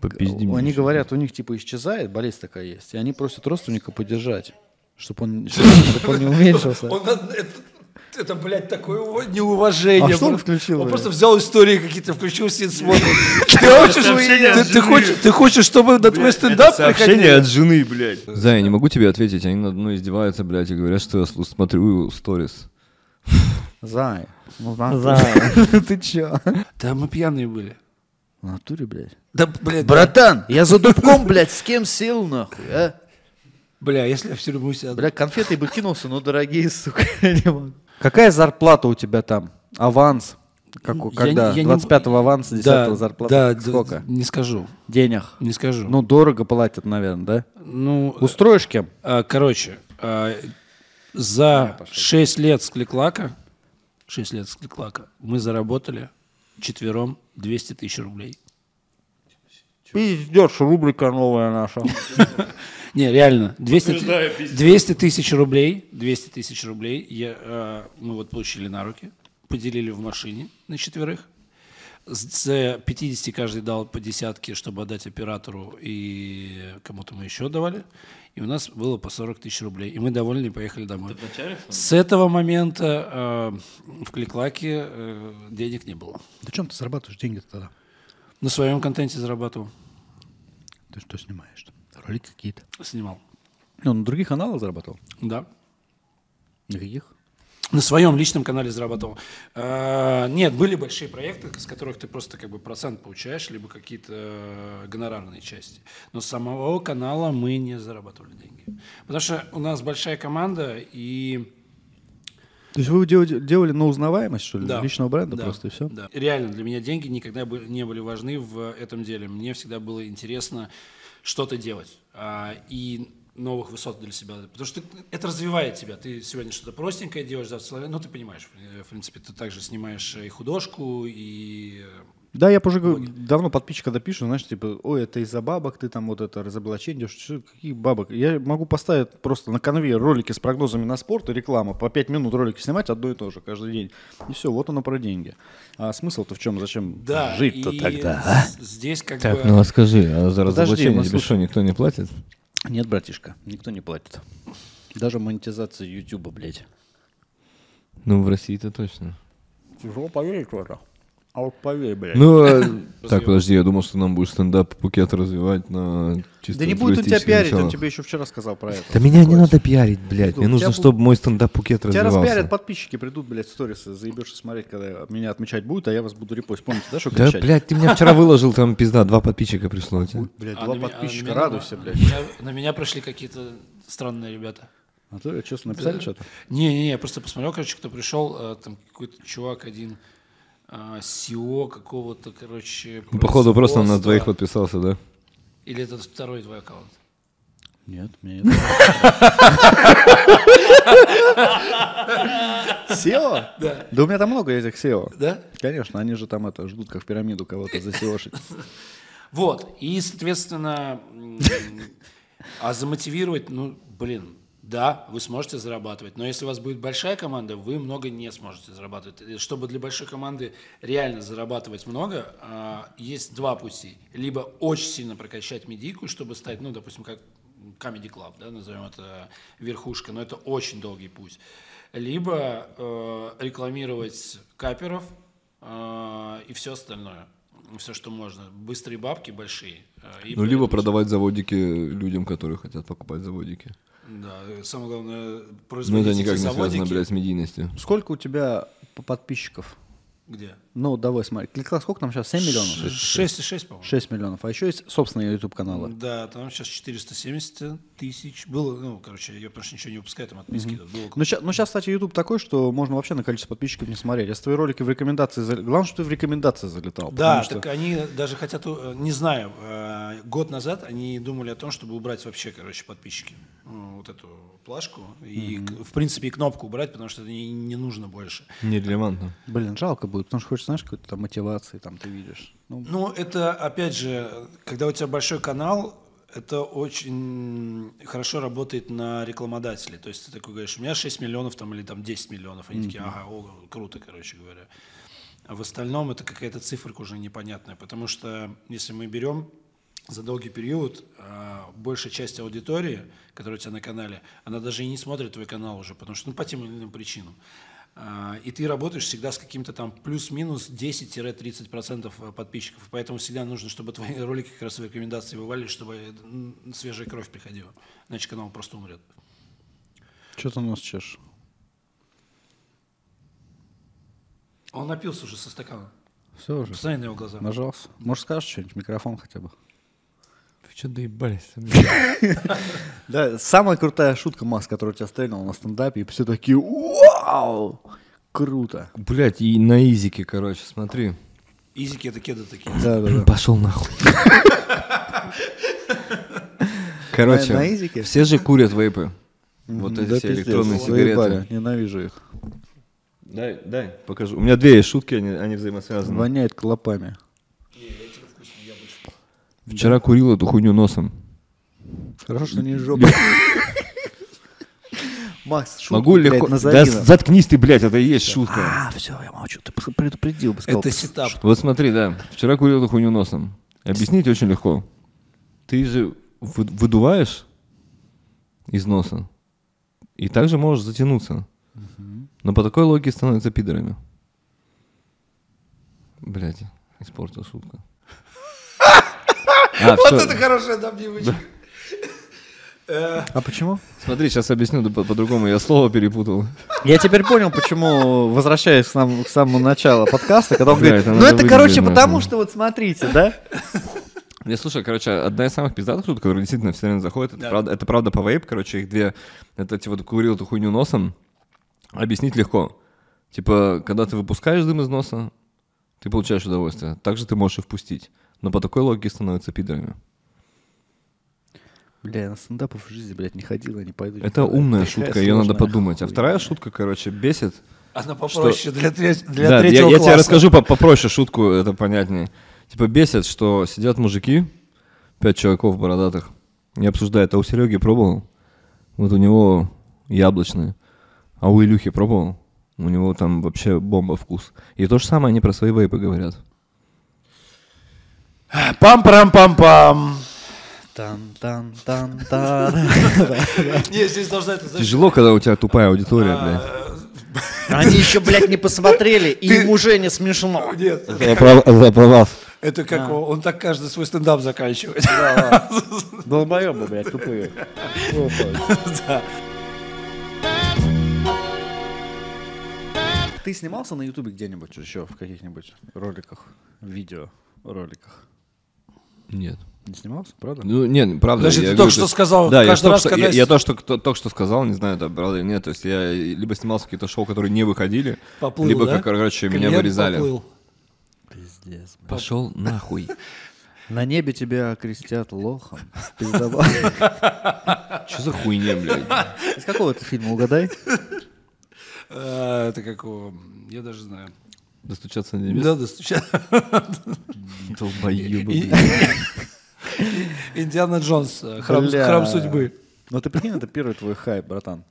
S2: Попизди меня
S1: Они
S2: сейчас.
S1: говорят, у них типа исчезает, болезнь такая есть, и они просят родственника поддержать, чтобы он, чтоб он не уменьшился.
S4: Он над- это, это, блядь, такое у- неуважение.
S1: А что он
S4: просто.
S1: включил,
S4: Он
S1: блядь?
S4: просто взял истории какие-то, включил, сидит, смотрит. Ты хочешь, ты- ты хочешь- Ты хочешь, чтобы на твой стендап приходили?
S2: от жены, блядь. Зая, я не могу тебе ответить. Они надо мной издеваются, блядь, и говорят, что я с- смотрю сторис.
S1: Зай. Ну, Ты чё?
S4: Да, мы пьяные были.
S5: В натуре, блядь.
S4: Да, блядь,
S5: Братан, я за дубком, блядь, с кем сел, нахуй, а?
S4: бля, если я в тюрьму сяду.
S5: Бля, конфеты бы кинулся, но Ну, дорогие, сука, я не могу.
S1: Какая зарплата у тебя там? Аванс? Как, у-
S4: Я
S1: когда?
S4: не- я не-
S1: 25-го аванса, 10-го
S4: Да,
S1: зарплата?
S4: да,
S1: Сколько?
S4: да, Не скажу,
S1: Денег.
S4: не скажу.
S1: Ну, дорого платят, наверное, да?
S4: ну э,
S1: Устроишь кем?
S4: а, короче, а, за 6 лет с Кликлака, 6 лет с Кликлака, мы заработали четвером 200 тысяч рублей.
S1: Пиздешь, рубрика новая наша.
S4: Не, реально, 200, ты- 200 тысяч рублей, 200 тысяч рублей я, э, мы вот получили на руки, поделили в машине на четверых. С с 50 каждый дал по десятке, чтобы отдать оператору, и кому-то мы еще давали. И у нас было по 40 тысяч рублей. И мы довольны и поехали домой. С этого момента э, в Кликлаке э, денег не было.
S1: Да чем ты зарабатываешь деньги тогда?
S4: На своем контенте зарабатывал,
S1: Ты что снимаешь? Ролики какие-то.
S4: снимал.
S1: Ну, на других каналах зарабатывал?
S4: Да.
S1: Никаких?
S4: На своем личном канале зарабатывал. А, нет, были большие проекты, с которых ты просто как бы процент получаешь, либо какие-то э, гонорарные части. Но с самого канала мы не зарабатывали деньги. Потому что у нас большая команда, и
S1: То есть вы делали, делали на узнаваемость, что ли?
S4: Да.
S1: Личного бренда
S4: Да,
S1: просто и все?
S4: да. Реально, для меня деньги никогда бы- не были важны в э, этом деле. Мне всегда было интересно что-то делать. а, и новых высот для себя. Потому что ты- это развивает тебя. Ты сегодня что-то простенькое делаешь, завтра сложное. ну ты понимаешь, э, в принципе, ты также снимаешь э, и художку, и... э,
S1: Да, я б уже говорю, давно подписчик когда пишут, знаешь, типа, ой, это из-за бабок, ты там вот это разоблачение, делаешь». Чё, каких бабок? Я могу поставить просто на конвейер ролики с прогнозами на спорт и реклама, по 5 минут ролики снимать одно и то же каждый день. И все, вот оно про деньги. А смысл-то в чем? Зачем
S4: Да,
S1: жить-то
S4: и
S1: тогда? а?
S4: з- Здесь как бы...
S1: ну,
S2: скажи, а за
S1: разоблачение мы тебе слушаем.
S2: никто не платит?
S1: а? Нет, братишка, никто не платит. Даже монетизация Ютуба, блядь.
S2: Ну, в России-то точно.
S1: Тяжело поверить в это. А вот поверь, блядь.
S2: Ну, э, так, подожди, я думал, что нам будешь стендап Пукет развивать на чисто
S1: да не будет он тебя
S2: туристических
S1: пиарить, он
S2: началах.
S1: тебе еще вчера сказал про это.
S2: Да меня не надо пиарить, блядь. Мне
S1: Ну,
S2: нужно,
S1: тебя бу-
S2: чтобы мой стендап Пукет
S1: Тебя распиарят,
S2: развивался.
S1: подписчики придут, блядь, сторисы заебешься смотреть, когда меня отмечать будут, а я вас буду репостить. Помните, да, что
S2: Да,
S1: кричать?
S2: блядь, ты меня вчера выложил, там пизда, два подписчика пришло тебе.
S1: Блядь,
S4: а
S1: два
S4: на меня- а на
S1: подписчика,
S4: меня-
S1: радуйся, блядь.
S4: На меня, на меня пришли какие-то странные ребята.
S1: А то, честно, написали что-то?
S4: Не-не-не, я просто посмотрел, короче, кто пришел, э, там какой-то чувак один, а, СИО какого-то, короче,
S2: Ну, Походу, просто он нас
S4: производства.
S2: двоих подписался, да?
S4: Или это второй твой аккаунт?
S1: Нет, меня SEO? Да. Да у меня там много этих SEO.
S4: Да?
S1: Конечно, они же там это ждут, как в пирамиду кого-то засеошить.
S4: Вот, и, соответственно, м, а замотивировать, ну, блин, да, вы сможете зарабатывать, но если у вас будет большая команда, вы много не сможете зарабатывать. И Чтобы для большой команды реально зарабатывать много, а, есть два пути. Либо очень сильно прокачать медийку, чтобы стать, ну, допустим, как Comedy Club, да, назовем это э, верхушка, но это очень долгий путь. Либо э, рекламировать каперов э, и все остальное, все, что можно. Быстрые бабки, большие. э, и
S2: Ну, либо
S4: поэтому-
S2: продавать заводики людям, которые хотят покупать заводики.
S4: Да, э, самое главное,
S2: Ну, это
S4: производить эти
S2: никак не связано,
S4: заводики.
S2: блядь, с медийностью.
S1: Сколько у тебя по- подписчиков?
S4: Где?
S1: Ну, давай смотри. Кликла сколько там сейчас? 7 миллионов?
S4: 6,6, по-моему.
S1: 6 миллионов. А еще есть собственные YouTube-каналы.
S4: Да, там сейчас 470 тысяч. Было, ну, короче, я потому что ничего не выпускаю, там отписки идут. Было
S1: Ну, сейчас, кстати, YouTube такой, что можно вообще на количество подписчиков не смотреть. Если твои ролики в рекомендации... зал- Главное, что ты в рекомендации залетал.
S4: Да,
S1: потому что-
S4: так они даже хотят, э, не знаю, э, год назад они думали о том, чтобы убрать вообще, короче, подписчики, ну, вот эту плашку, и, к- в принципе, и кнопку убрать, потому что это не, не нужно больше.
S2: Нерелевантно.
S1: Блин, жалко будет, потому что хочется
S5: знаешь, какой-то там мотивации там ты видишь. Ну,
S4: Ну, это, опять же, когда у тебя большой канал, это очень хорошо работает на рекламодателей. То есть ты такой говоришь, у меня 6 миллионов там, или там 10 миллионов. Они такие, ага, о, круто, короче говоря. А в остальном это какая-то циферка уже непонятная. Потому что если мы берем за долгий период а, большая часть аудитории, которая у тебя на канале, она даже и не смотрит твой канал уже, потому что ну, по тем или иным причинам. А, И ты работаешь всегда с каким-то там плюс-минус 10-30% подписчиков. Поэтому всегда нужно, чтобы твои ролики как раз в рекомендации бывали, чтобы м, свежая кровь приходила. Иначе канал просто умрет.
S5: что ты нос чешешь?
S4: Он напился уже со стакана.
S5: Все уже.
S4: Посмотри на его глаза.
S5: Нажался. Может, скажешь что-нибудь? в Микрофон хотя бы.
S2: Вы что доебались?
S5: Да, самая крутая шутка, Макс, которую тебя стрельнул на стендапе, и все такие «Вау! Круто!»
S2: Блять, и на изике, короче, смотри.
S4: Изики это кеды такие.
S5: Да, да, да.
S2: Пошел нахуй.
S5: На- на
S2: Короче,
S5: изике?
S2: все же курят вейпы. Вот эти все электронные сигареты.
S5: Ненавижу их.
S2: Дай, дай, покажу. У меня две есть шутки, они, они взаимосвязаны.
S5: Воняет клопами.
S2: Вчера курил эту хуйню носом.
S5: Хорошо, что не жопа. Макс, шутку,
S2: Могу
S5: блядь,
S2: легко...
S5: назови
S2: Да
S5: нам.
S2: заткнись ты, блядь, это и есть шутка.
S5: А, все, я молчу. Ты пос- предупредил бы, сказал.
S4: Это сетап.
S2: Вот смотри, да. Вчера курил эту хуйню носом. Объяснить очень легко. Ты же вы- выдуваешь из носа. И также можешь затянуться. Но по такой логике становятся пидорами. Блядь, испортил шутку. А, всё.
S4: хорошая добивочка.
S5: А почему?
S2: Смотри, сейчас объясню да по- по-другому. Я слово перепутал.
S5: Я теперь понял, почему, возвращаясь к, нам, к самому началу подкаста, когда он
S2: Бля,
S5: говорит,
S2: это
S5: ну
S2: надо
S5: это,
S2: вырезать,
S5: короче,
S2: нахуй».
S5: потому что вот смотрите, да?
S2: Я слушай, короче, одна из самых пиздатых шуток, которая действительно все время заходит, это, правда, это правда по вейп, короче, их две. Это типа ты курил эту хуйню носом. Объяснить легко. Типа, когда ты выпускаешь дым из носа, ты получаешь удовольствие. Также ты можешь и впустить. Но по такой логике становятся пидорами.
S5: Бля, я на стендапов в жизни, блядь, не ходила, не пойду.
S2: Это
S5: никогда.
S2: умная
S5: Такая
S2: шутка, ее надо
S5: сложная
S2: подумать. А
S5: хуйня.
S2: вторая шутка, короче, бесит.
S4: Она попроще для, тре- для
S2: да,
S4: третьего
S2: я, я тебе
S4: класса.
S2: расскажу по- попроще шутку, это понятнее. Типа бесит, что сидят мужики, пять чуваков бородатых, не обсуждают, а у Сереги пробовал, вот у него яблочный, а у Илюхи пробовал, у него там вообще бомба вкус. И то же самое они про свои вейпы говорят.
S4: Пам-парам-пам-пам.
S5: Тан-тан-тан-тан.
S4: Не, здесь должна это... знаешь,
S2: Тяжело, когда у тебя тупая аудитория, блядь.
S4: э,
S5: Они еще, блядь, не посмотрели, и им уже не смешно.
S4: Нет,
S2: Это про- это про вас.
S4: это как он- он так каждый свой стендап заканчивает.
S5: Долбоебы, блядь, тупые. Ты снимался на Ютубе где-нибудь еще, в каких-нибудь роликах, видео роликах?
S2: Нет.
S5: Не снимался, правда?
S2: Ну, нет, правда.
S4: Подожди,
S2: я
S4: ты только
S2: говорю, то
S4: что
S2: есть-
S4: сказал,
S2: Да, я
S4: каждый
S2: только
S4: раз,
S2: что-
S4: когда...
S2: я- я то, что кто- только что сказал, не знаю, это правда или нет. То есть я либо снимался в какие-то шоу, которые не выходили,
S4: Поплыл,
S2: либо,
S4: да?
S2: как, короче, меня
S4: Клиент
S2: вырезали.
S4: поплыл.
S5: Пиздец. блядь.
S2: Пошел нахуй.
S5: На небе тебя крестят лохом. Пиздоба-
S2: Что за хуйня, блядь?
S5: Из какого ты фильма, угадай?
S4: Э, Это как у... Я даже знаю.
S2: Достучаться на небес?
S4: Да, да, сейчас.
S2: Долбоёбы,
S4: И-
S2: блядь.
S4: Индиана Джонс, э, храм,
S5: Бля.
S4: храм судьбы.
S5: Ну ты прикинь, это первый твой хайп, братан.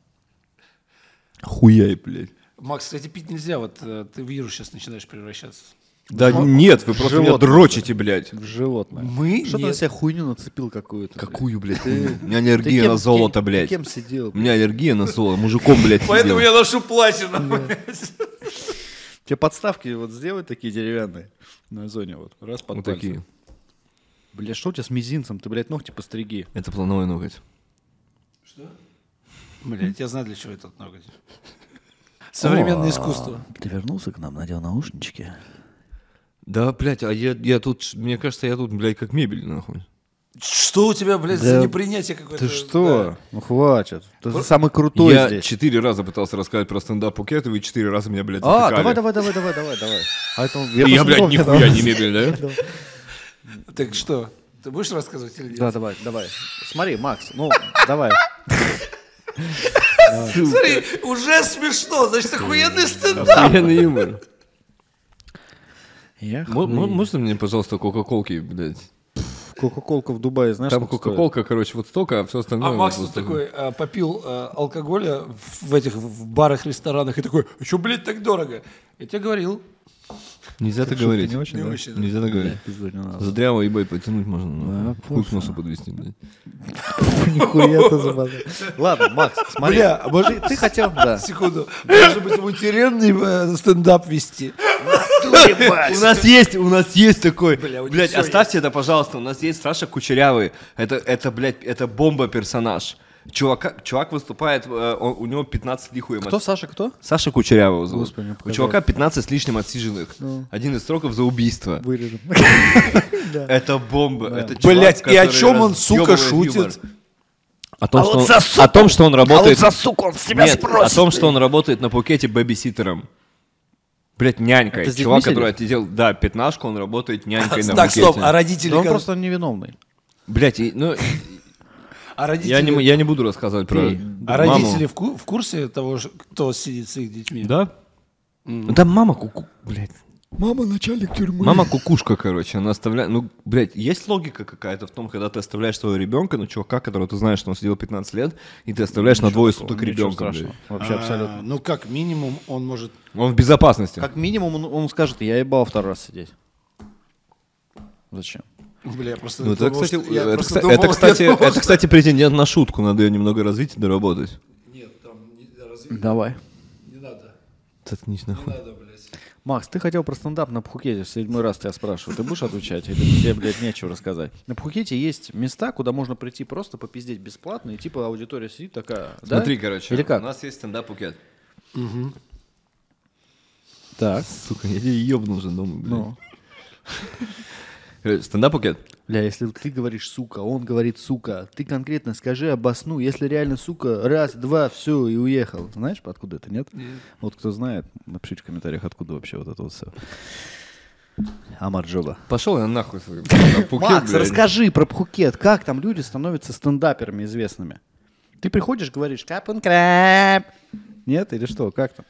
S2: Хуяй, блядь.
S4: Макс, кстати, пить нельзя, вот э, ты в Иру сейчас начинаешь превращаться.
S2: Да нет, вы просто меня
S5: Животное,
S2: дрочите, блядь.
S5: В животное.
S4: Мы?
S5: Что ты на
S4: Нет.
S5: себя хуйню нацепил какую-то?
S2: Какую, блядь,
S5: Ты-
S2: хуйню? У меня
S5: Ты
S2: аллергия
S5: кем-
S2: на золото,
S5: кем- ты
S2: блядь.
S5: Кем сидел?
S2: У меня аллергия на золото, мужиком, блядь, сидел.
S4: ношу платину.
S5: Тебе подставки вот сделать такие деревянные на зоне вот. Раз под
S2: Вот
S5: пальцем.
S2: такие.
S5: Бля, что у тебя с мизинцем? Ты, блядь, ногти постриги.
S2: Это плановый ноготь.
S4: Блять, я знаю, для чего этот ноготь. Современное искусство.
S5: Ты вернулся к нам, надел наушнички.
S2: Да, блядь, а я, я тут, мне кажется, я тут, блядь, как мебель, нахуй.
S4: Что у тебя, блядь, за
S5: Да
S4: непринятие какое-то?
S5: Ты что? Ну хватит. Ты самый крутой
S2: Я
S5: здесь.
S2: четыре раза пытался рассказать про стендап Пукет, и вы четыре раза меня, блядь,
S5: А,
S2: затыкали.
S5: давай, давай, давай, давай, давай, давай. А это он-
S2: И я,
S5: просто
S2: блядь,
S5: помню,
S2: нихуя
S5: да.
S2: не мебель, да?
S4: да? Так что? Ты будешь рассказывать или нет?
S5: Да, давай, давай. Смотри, Макс, ну, давай.
S4: Смотри, уже смешно, значит, охуенный стендап.
S2: Охуенный юмор.
S5: Я
S2: Мо- мо- Можно мне, пожалуйста, кока-колки, блядь?
S5: Кока-колка в Дубае, знаешь,
S2: Там
S5: сколько стоит?
S2: кока-колка, короче, вот столько, а все
S5: Ну,
S2: остальное...
S4: А Макс
S2: вот
S4: тут такой а, попил а, алкоголя в в этих в барах, ресторанах и такой, а что, блядь, так дорого? Я тебе говорил.
S2: Нельзя так
S5: Шутки
S2: говорить.
S5: не очень,
S4: Не
S5: да?
S4: очень, да.
S2: Нельзя так говорить.
S5: Пиздой не надо.
S2: За дряво ебать потянуть можно. ну,
S5: Да,
S2: Хуй к носу подвести, блядь.
S5: Нихуя это за базар. Ладно, Макс, смотри.
S4: Бля, а может-
S5: Ты- Ты хотел, да.
S4: Секунду. Может быть, ему тюремный э, стендап вести.
S2: У нас есть, у нас есть такой.
S4: Бля, у них
S2: Блять,
S4: всё
S2: оставьте это, пожалуйста. У нас есть Саша Кучерявый. Это, это, блядь, это бомба персонаж. Чувака, чувак выступает, э, он- у него 15 лихуем.
S5: Кто, Саша, кто?
S2: Саша Кучерявый его зовут.
S5: Господи, мне
S2: у
S5: показалось. Ну.
S2: чувака 15 с лишним отсиженных. Один из сроков за убийство.
S5: Вырежем.
S2: Это бомба. Это чувак,
S4: Блять, и о
S2: который
S4: чем он, сука,
S2: разъёбывает юмор.
S4: шутит? А
S2: О
S5: А
S2: том, что он, о том, что он работает... Нет, о том, что он работает на Пукете бэбиситером. Блять, нянькой.
S5: Это здесь
S2: Чувак,
S5: висели?
S2: который отсидел, да, пятнашку, он работает нянькой на
S4: Так, стоп, а
S2: Пукете.
S4: родители...
S5: Да он
S4: как-
S5: просто невиновный.
S2: Блять, и- ну,
S4: А
S2: я не, м-
S4: родители...
S2: я не буду рассказывать про
S4: А
S2: маму.
S4: родители в ку- в курсе того, ж- кто сидит с их детьми?
S2: Да? Ну, Там мама куку... Блядь.
S1: Мама начальник тюрьмы.
S2: Мама кукушка, короче, она оставляет... Ну, блядь, есть логика какая-то в том, когда ты оставляешь своего ребенка, ну, чувака, которого ты знаешь, что он сидел 15 лет, и ты оставляешь на двое суток ребенка, блядь.
S5: Вообще абсолютно.
S4: А, Ну, как минимум, он может...
S2: Он в безопасности.
S5: Как минимум он, он скажет, я ебал второй раз сидеть. Зачем?
S4: Бля, я просто...
S2: Ну, это,
S4: думал,
S2: кстати,
S4: что- я
S2: это,
S4: просто
S2: кста-
S4: думал,
S2: это,
S4: я
S2: кстати,
S4: думал,
S2: это, кстати, претендент на шутку, надо ее немного развить и доработать.
S5: Давай.
S2: Заткнись нахуй.
S5: Макс, ты хотел про стендап на Пхукете, в седьмой раз тебя спрашиваю. Ты будешь отвечать или тебе, блядь, нечего рассказать? На Пхукете есть места, куда можно прийти просто попиздеть бесплатно, и типа аудитория сидит такая, да?
S2: Смотри, короче,
S5: Или как?
S2: у нас есть стендап-пукет.
S5: Так.
S2: Сука, я тебе ебнул же дома, блядь.
S5: Ну.
S2: Короче, Стендап-пукет.
S5: Бля, если ты говоришь сука, он говорит сука, ты конкретно скажи обосну, если реально сука, раз, два, все, и уехал. Знаешь, откуда это, нет? Вот кто знает, напишите в комментариях, откуда вообще вот это вот все. Амар Джоба.
S2: Пошел я нахуй свой стендап-пукет,
S5: Макс,
S2: блядь.
S5: расскажи про Пхукет, как там люди становятся стендаперами известными? Ты приходишь, говоришь капан крэп. Нет, или что, как там?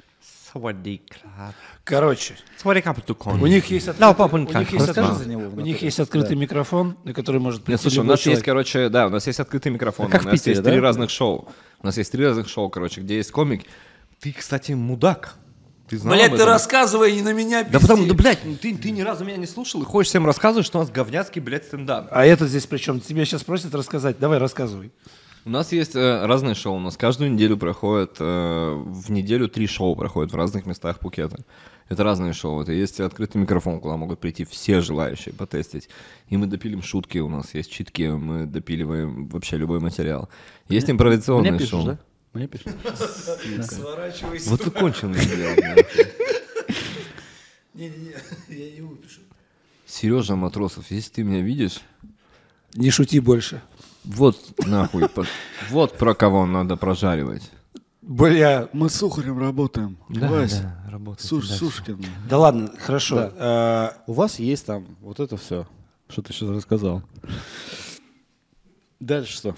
S4: Короче, у
S2: Смотри,
S4: них есть
S2: Да, папа,
S4: открытый- у них есть
S5: Расскажи
S4: открытый-
S5: за него в
S4: у них
S5: натуре.
S4: есть открытый микрофон, на который может прийти
S2: Слушай, у
S4: любой
S2: нас есть,
S4: человек.
S2: короче, да, у нас есть открытый микрофон.
S5: Как в
S2: у нас
S5: Питере,
S2: есть
S5: да?
S2: три разных шоу. У нас есть три разных шоу, короче, где есть комик. Ты, кстати, мудак. Ты знал об
S4: Блять, ты
S2: этом?
S4: рассказывай, не на меня
S2: Да
S4: пизди.
S2: потому, да, блядь, ну ты, ты ни разу меня не слушал и хочешь всем рассказывать, что у нас говняцкий, блядь, стендап.
S4: А это здесь причем? Тебя сейчас просят рассказать. Давай, рассказывай.
S2: У нас есть э, разные шоу. У нас каждую неделю проходит, э, в неделю три шоу проходят в разных местах Пукета. Это разные шоу. Это есть открытый микрофон, куда могут прийти все желающие потестить. И мы допилим шутки, у нас есть читки, мы допиливаем вообще любой материал. Есть импровизационные
S5: Мне пишешь,
S2: шоу.
S5: да? Мне пишешь.
S2: Вот ты конченый, блядь.
S4: Не-не-не, я не выпишу.
S2: Сережа Матросов, если ты меня видишь,
S4: Не шути больше.
S2: вот нахуй, по- вот про кого надо прожаривать.
S4: Бля,
S1: Мы с сухарем работаем. Вася. Суш- Сушкин.
S4: да ладно, хорошо. А,
S5: У вас есть там вот это все, что ты сейчас рассказал. Дальше что?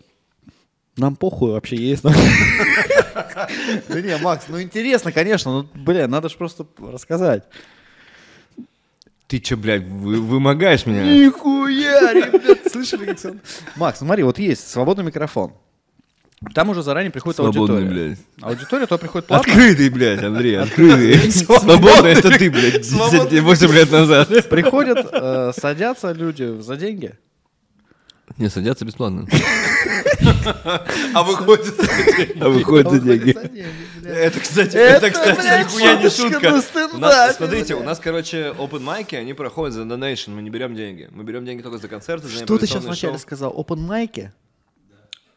S5: Нам похуй вообще есть. Да не, Макс, ну интересно, конечно, но, бля, надо же просто рассказать.
S2: Ты че, блядь, вы- вымогаешь меня?
S5: Нихуя, ребят, слышали, как сон? Макс, смотри, вот есть свободный микрофон. Там уже заранее приходит
S2: Свободный,
S5: аудитория.
S2: блядь.
S5: Аудитория то приходит платно.
S2: Открытый, блядь, Андрей, открытый. Свободный, это ты, блядь, 8 лет назад.
S5: Приходят, э, садятся люди за деньги.
S2: Не, садятся бесплатно.
S4: а выходит...
S2: А выходят за деньги.
S5: За деньги, бля.
S2: Это, кстати,
S5: Это,
S2: это, кстати,
S5: блядь,
S2: нихуя не
S5: шуточка
S2: шутка.
S5: на
S2: У нас,
S5: стендапе,
S2: смотрите, у нас, короче, open майки, они проходят за donation, мы не берем деньги. Мы берем деньги только за концерты, за
S5: Что ты сейчас
S2: импровизационные
S5: вначале
S2: шоу.
S5: сказал? Open майки?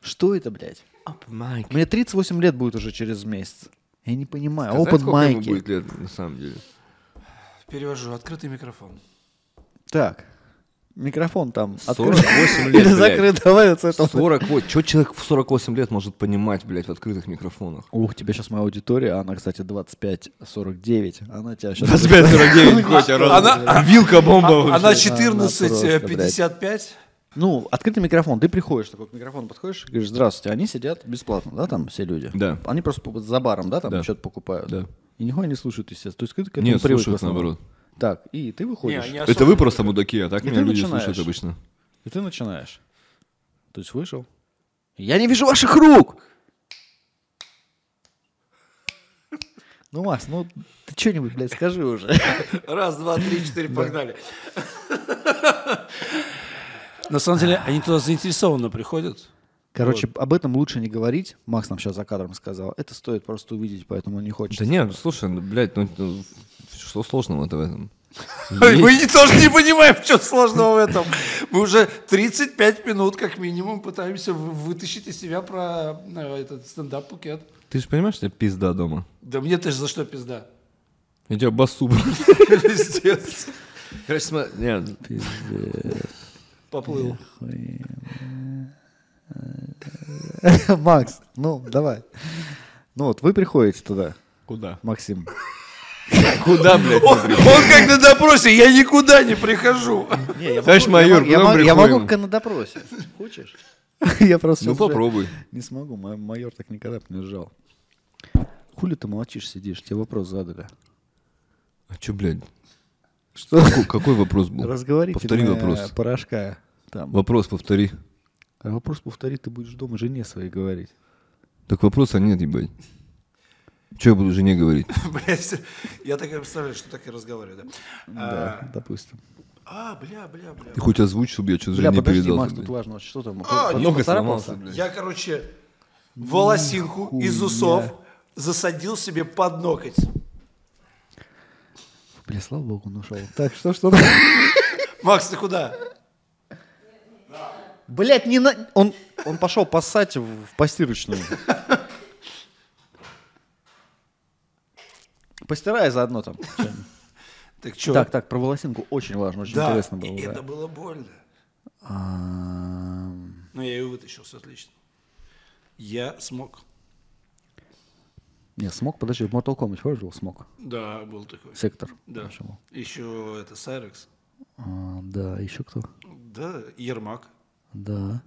S5: Что это, блядь?
S2: Open mic.
S5: Мне 38 лет будет уже через месяц. Я не понимаю.
S2: Сказать,
S5: Open
S2: сколько ему
S5: майки.
S2: будет лет, на самом деле?
S4: Перевожу, открытый микрофон.
S5: Так. Микрофон там открыт.
S2: 48 лет,
S5: Или
S2: блядь.
S5: закрыт, давай вот с этого.
S2: 48. Что человек в 48 лет может понимать, блядь, в открытых микрофонах?
S5: Ух, тебе сейчас моя аудитория, а она, кстати, 25-49. Она тебя сейчас...
S2: 25-49, хоть она... Вилка
S5: а,
S2: бомба.
S4: Она
S5: просто, блядь.
S4: 14.55.
S5: Ну, открытый микрофон. Ты приходишь, такой к микрофону подходишь и говоришь, здравствуйте. Они сидят бесплатно, да, там все люди?
S2: Да.
S5: Они просто по- за баром, да, там
S2: Да.
S5: что-то покупают?
S2: Да.
S5: И нихуя не слушают, естественно. То есть ты к этому
S2: Нет,
S5: привык в
S2: слушают
S5: основном.
S2: наоборот.
S5: Так, и ты выходишь.
S7: Не, они
S2: Это вы просто мудаки, а так
S5: И
S2: меня
S5: ты
S2: люди
S5: начинаешь.
S2: слушают обычно.
S5: И ты начинаешь. Ты слышал?
S1: Я не вижу ваших рук!
S5: Ну, Макс, ну ты что-нибудь, блядь, скажи уже.
S7: Раз, два, три, четыре, погнали.
S4: На самом деле, они туда заинтересованно приходят.
S5: Короче, об этом лучше не говорить. Макс нам сейчас за кадром сказал. Это стоит просто увидеть, поэтому он не хочет.
S2: Да нет, слушай, ну, блядь, ну ну, что сложного-то в этом?
S7: Мы не- тоже не понимаем, что сложного в этом. Мы уже 35 минут как минимум пытаемся вы- вытащить из себя про э, этот стендап-пукет.
S2: Ты же понимаешь, что пизда дома?
S7: Да мне ты же за что пизда?
S2: Я тебя басу, блядь.
S7: Пиздец.
S2: Короче, см- нет,
S7: Поплыл.
S5: Макс, ну давай. Ну вот, вы приходите туда,
S2: Куда?
S5: Максим.
S2: Куда, блядь? мы
S7: Он как на допросе, я никуда не прихожу.
S5: Не, я
S2: Товарищ майор,
S5: я,
S2: к нам
S5: могу- я
S2: приходим.
S5: могу на допросе. Хочешь? Я просто...
S2: Ну
S5: сейчас, блядь,
S2: попробуй.
S5: Не смогу, ма- майор так никогда бы не сжал. Хули ты молчишь, сидишь, тебе вопрос задали.
S2: А что, блядь?
S5: Что?
S2: Какой- Какой вопрос был?
S5: Разговорите
S2: Повтори
S5: на
S2: вопрос.
S5: порошка. Там.
S2: Вопрос повтори.
S5: А вопрос повтори, ты будешь дома жене своей говорить.
S2: Так вопроса нет, ебать. Че я буду жене говорить?
S7: Блять, я так и представляю, что так и разговариваю. да?
S5: Да, допустим.
S7: А, а, бля, бля, бля.
S2: Ты хоть озвучь, чтобы я что-то
S5: Бля,
S2: жене
S5: подожди,
S2: передал.
S5: Макс, тут важно, что там?
S7: А,
S2: Много
S5: Поцарапался?
S2: сломался, блядь.
S7: Я, короче, волосинку из усов засадил себе под ноготь.
S5: Бля, слава богу, он ушел. Так, что, что?
S7: Макс, ты куда?
S5: Блять, не на... Он, он пошел поссать в, в постирочную. Постирай заодно там.
S7: Так что?
S5: Так, так, про волосинку очень важно, очень
S7: да,
S5: интересно
S7: и
S5: было. да.
S7: это было больно.
S5: Ам,
S7: Но я ее вытащил, все отлично. Я смог.
S5: Не, смог, подожди, в Mortal Kombat помнишь, был смог?
S7: Да, был такой.
S5: Сектор.
S7: Да.
S5: Почему?
S7: Еще это Сайрекс.
S5: А, да, еще кто?
S7: Да, Ермак. э,
S5: Да.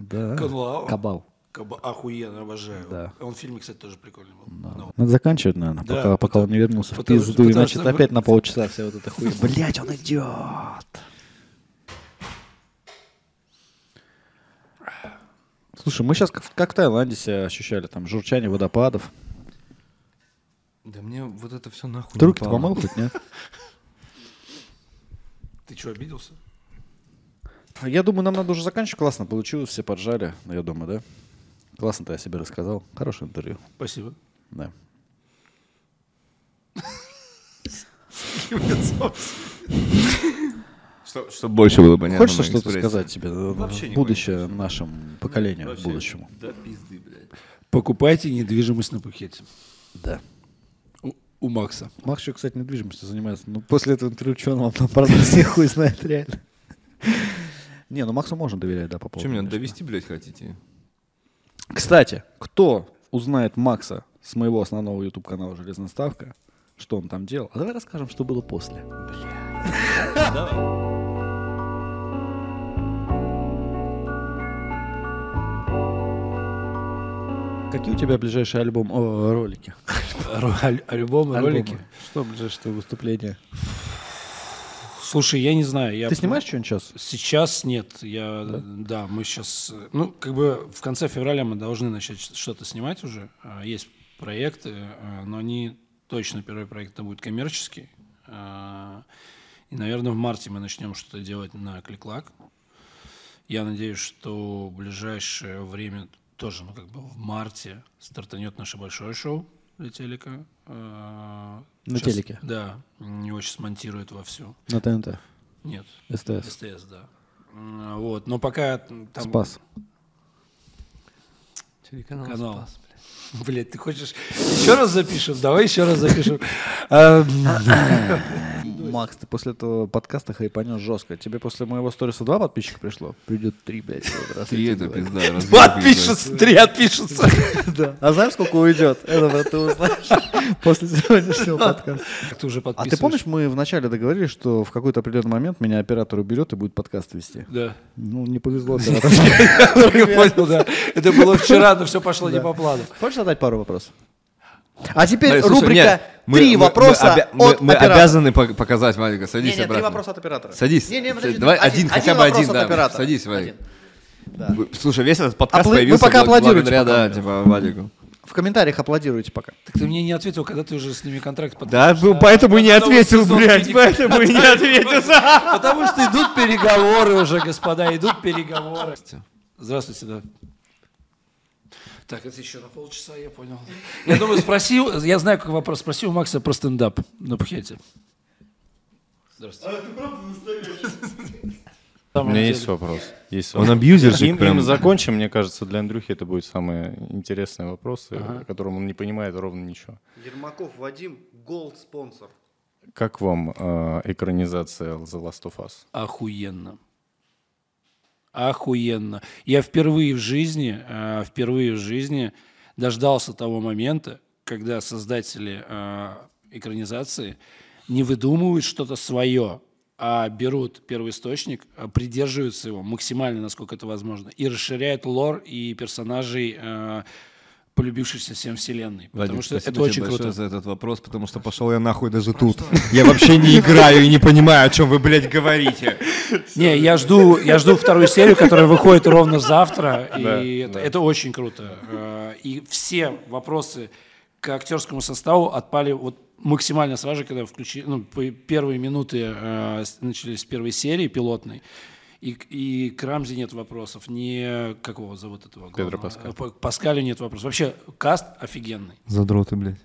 S5: Да.
S7: Конлау.
S5: Кабал.
S7: Каба- Охуенно, обожаю.
S5: Да.
S7: Он в фильме, кстати, тоже прикольный был. Но.
S5: Надо заканчивать, наверное,
S7: Да,
S5: пока, пока он не вернулся
S7: потому
S5: в
S7: что-
S5: пизду,
S7: потому
S5: иначе
S7: что-
S5: это опять на полчаса вся вот эта хуйня. Блять, он идет. Слушай, мы сейчас как, как в Таиланде себя ощущали, там, журчание водопадов.
S2: Да мне вот это все нахуй.
S5: Ты руки-то помыл хоть, нет?
S7: Ты что, обиделся?
S5: Я думаю, нам надо уже заканчивать. Классно получилось, все поджали, я думаю, да? Классно ты о себе рассказал. Хорошее интервью.
S7: Спасибо.
S5: Да.
S2: Чтобы больше было понятно.
S5: Хочется
S2: на
S5: что-то
S2: экспрессе.
S5: сказать тебе?
S2: Вообще не
S5: Будущее нашему поколению,
S2: Вообще,
S5: будущему.
S2: Да пизды, блядь.
S4: Покупайте недвижимость на пакете.
S5: Да.
S4: У, у Макса.
S5: Макс еще, кстати, недвижимостью занимается. Ну, после этого интервью, что он вам там продаст, я хуй знает реально. Не, ну Максу можно доверять, да, по поводу.
S2: Че меня
S5: конечно.
S2: довести, блядь, хотите?
S5: Кстати, кто узнает Макса с моего основного YouTube-канала «Железная ставка», что он там делал? А давай расскажем, что было после. Какие у тебя ближайшие альбом, о, ролики?
S4: Альбомы, ролики.
S5: Альбомы. Что ближайшее твое выступление?
S4: Слушай, я не знаю. Я
S5: Ты снимаешь что-нибудь сейчас?
S4: Сейчас нет. Я, да? мы сейчас... э, Ну, как бы в конце февраля мы должны начать ш- что-то снимать уже. А, Есть проекты, а, но они... Точно первый проект это будет коммерческий. А, И, наверное, в марте мы начнем что-то делать на Кликлак. Я надеюсь, что в ближайшее время тоже, ну, как бы в марте стартанет наше большое шоу для телека. А,
S5: На
S4: сейчас-
S5: телеке?
S4: Да. Его сейчас монтируют вовсю.
S5: На ТНТ,
S4: Нет,
S5: СТС,
S4: СТС, да. М, Вот, но пока м, там...
S5: Спас.
S2: Телеканал.
S4: Канал. Блять, ты хочешь еще раз запишем? Давай еще раз запишем. А,
S5: Макс, ты после этого подкаста хайпанешь жестко. Тебе после моего сториса два подписчика пришло? Придет три, блядь. вот раз
S2: Ты
S5: я
S2: это
S5: тебе говорю.
S2: пизда.
S4: Ну,
S2: разъеб,
S7: Отпишется, три отпишется.
S5: Да. А знаешь, сколько уйдет? Это ты узнаешь после сегодняшнего подкаста.
S4: Как ты уже
S5: А
S4: подписываешь?
S5: ты помнишь, мы вначале договорились, что в какой-то определенный момент меня оператор уберет и будет подкаст вести?
S4: Да.
S5: Ну, не повезло оператору.
S4: Я понял, да. Это было вчера, но все пошло не по плану.
S5: Хочешь задать пару вопросов?
S1: А теперь
S2: Смотри, слушай,
S1: рубрика
S2: нет, мы-
S1: «Три
S2: мы- мы
S1: вопроса
S2: обя- мы-
S1: от
S2: Мы
S1: оператора».
S2: обязаны пок- показать, Ванька,
S1: Не,
S2: садись
S1: не, три
S2: обратно.
S1: вопроса от оператора.
S2: Садись.
S1: Не, не, подожди,
S2: Давай один, хотя бы
S1: вопрос
S2: один,
S1: от
S2: да.
S1: оператора.
S2: Садись, Вадик.
S1: Один.
S2: Слушай, весь этот подкаст
S1: Апла- вы
S2: появился
S1: пока
S2: бл-
S1: аплодируйте
S2: благодаря,
S1: пока.
S2: да, типа, Вадику.
S1: В комментариях аплодируйте пока.
S4: Так ты мне не ответил, когда ты уже с ними контракт подписал.
S2: Да, ну, поэтому и не ответил,
S4: сезон
S2: блядь,
S4: не
S2: поэтому и не ответил.
S4: Потому что идут переговоры уже, господа, идут переговоры. Здравствуйте, да. Так, это еще на полчаса, я понял. Я думаю, спросил, я знаю, какой вопрос. Спросил у Макса про стендап на Пхете. Здравствуйте.
S8: У меня есть вопрос. Есть Он абьюзер же. Им, им закончим, мне кажется, для Андрюхи это будет самые интересные вопросы, о котором он не понимает ровно ничего.
S5: Ермаков Вадим, голд спонсор.
S8: Как вам э, экранизация The Last of Us?
S4: Охуенно. Охуенно. Я впервые в жизни, э, впервые в жизни дождался того момента, когда создатели э, экранизации не выдумывают что-то свое, а берут первоисточник, а придерживаются его максимально, насколько это возможно, и расширяют лор и персонажей э, полюбившихся всем вселенной. Потому что это очень круто.
S2: за этот вопрос, потому что пошел я нахуй даже тут. Я вообще не играю и не понимаю, о чем вы, блядь, говорите.
S4: Не, я жду, я жду вторую серию, которая выходит ровно завтра, и это, это очень круто. Э, И все вопросы к актерскому составу отпали вот максимально сразу же, когда включи, ну, п- первые минуты э, с- начались с первой серии пилотной. И, к- и к Рамзи нет вопросов, не как его зовут этого главного?
S8: Педро Паскаль.
S4: Э, П- Паскалю нет вопросов. Вообще, каст офигенный.
S2: Задроты, блядь.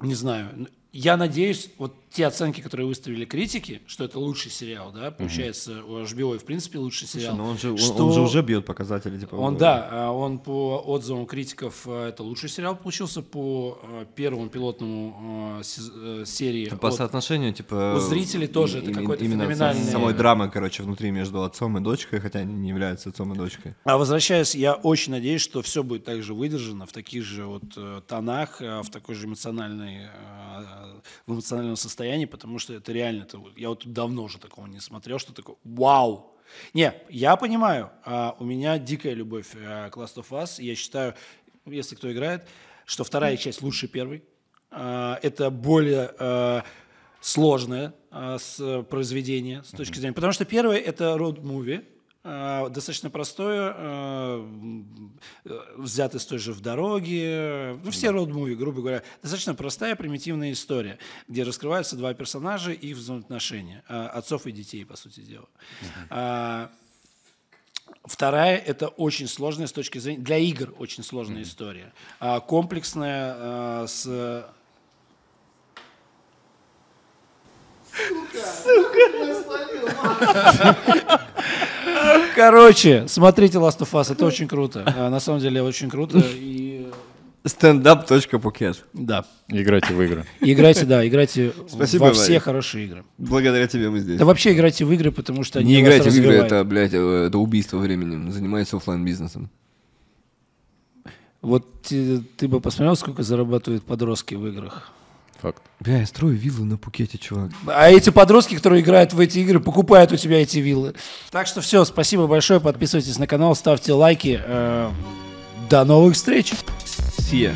S4: Не знаю. Н- Я надеюсь, вот те оценки, которые выставили критики, что это лучший сериал, да, получается, у HBO, и, в принципе, лучший сериал.
S2: он же, он,
S4: что-
S2: же уже бьет показатели, типа.
S4: Он, да, а, он по отзывам критиков, а, это лучший сериал получился по а, первому пилотному а, сез- э, серии.
S2: По
S4: от-
S2: соотношению, типа...
S4: у зрителей тоже это
S2: им-
S4: какой-то
S2: именно
S4: феноменальный-
S2: самой драмы, короче, внутри между отцом и дочкой, хотя они не являются отцом и дочкой.
S4: А возвращаясь, я очень надеюсь, что все будет также выдержано в таких же вот э, тонах, э, в такой же эмоциональной, э, в эмоциональном состоянии, потому что это реально, это вот- я вот давно уже такого не смотрел, что такое «Вау!» Не, я понимаю, а, у меня дикая любовь э, к Last of Us, и я считаю, если кто играет, что вторая часть лучше первой, А, это более э, сложное а, с, э, произведение с точки зрения. Потому что первое это road movie, а, достаточно простое, а, м, э, взятое с той же в дороге. Ну, все road movie, грубо говоря, достаточно простая, примитивная история, где раскрываются два персонажа и их взаимоотношения а, отцов и детей, по сути дела. А, Вторая – это очень сложная с точки зрения… Для игр очень сложная история. А, комплексная, а, с Короче, смотрите Last of Us, это очень круто. А, На самом деле очень круто. И э,
S2: Стендап.пукет.
S4: да.
S8: Играйте в игры.
S4: Играйте, да, играйте
S2: Спасибо,
S4: во все
S2: Варя.
S4: хорошие игры.
S2: Благодаря тебе мы здесь.
S4: Да вообще играйте в игры, потому что они
S2: Не
S4: вас
S2: играйте в игры,
S4: развивают.
S2: это, блядь, э, это убийство временем. Занимается оффлайн бизнесом
S4: Вот те- ты, бы посмотрел, сколько зарабатывают подростки в играх.
S8: Факт.
S2: Бля, я строю виллу на Пукете, чувак.
S4: А эти подростки, которые играют в эти игры, покупают у тебя эти виллы. Так что все, спасибо большое, подписывайтесь на канал, ставьте лайки. Э, До новых встреч!
S2: Сия.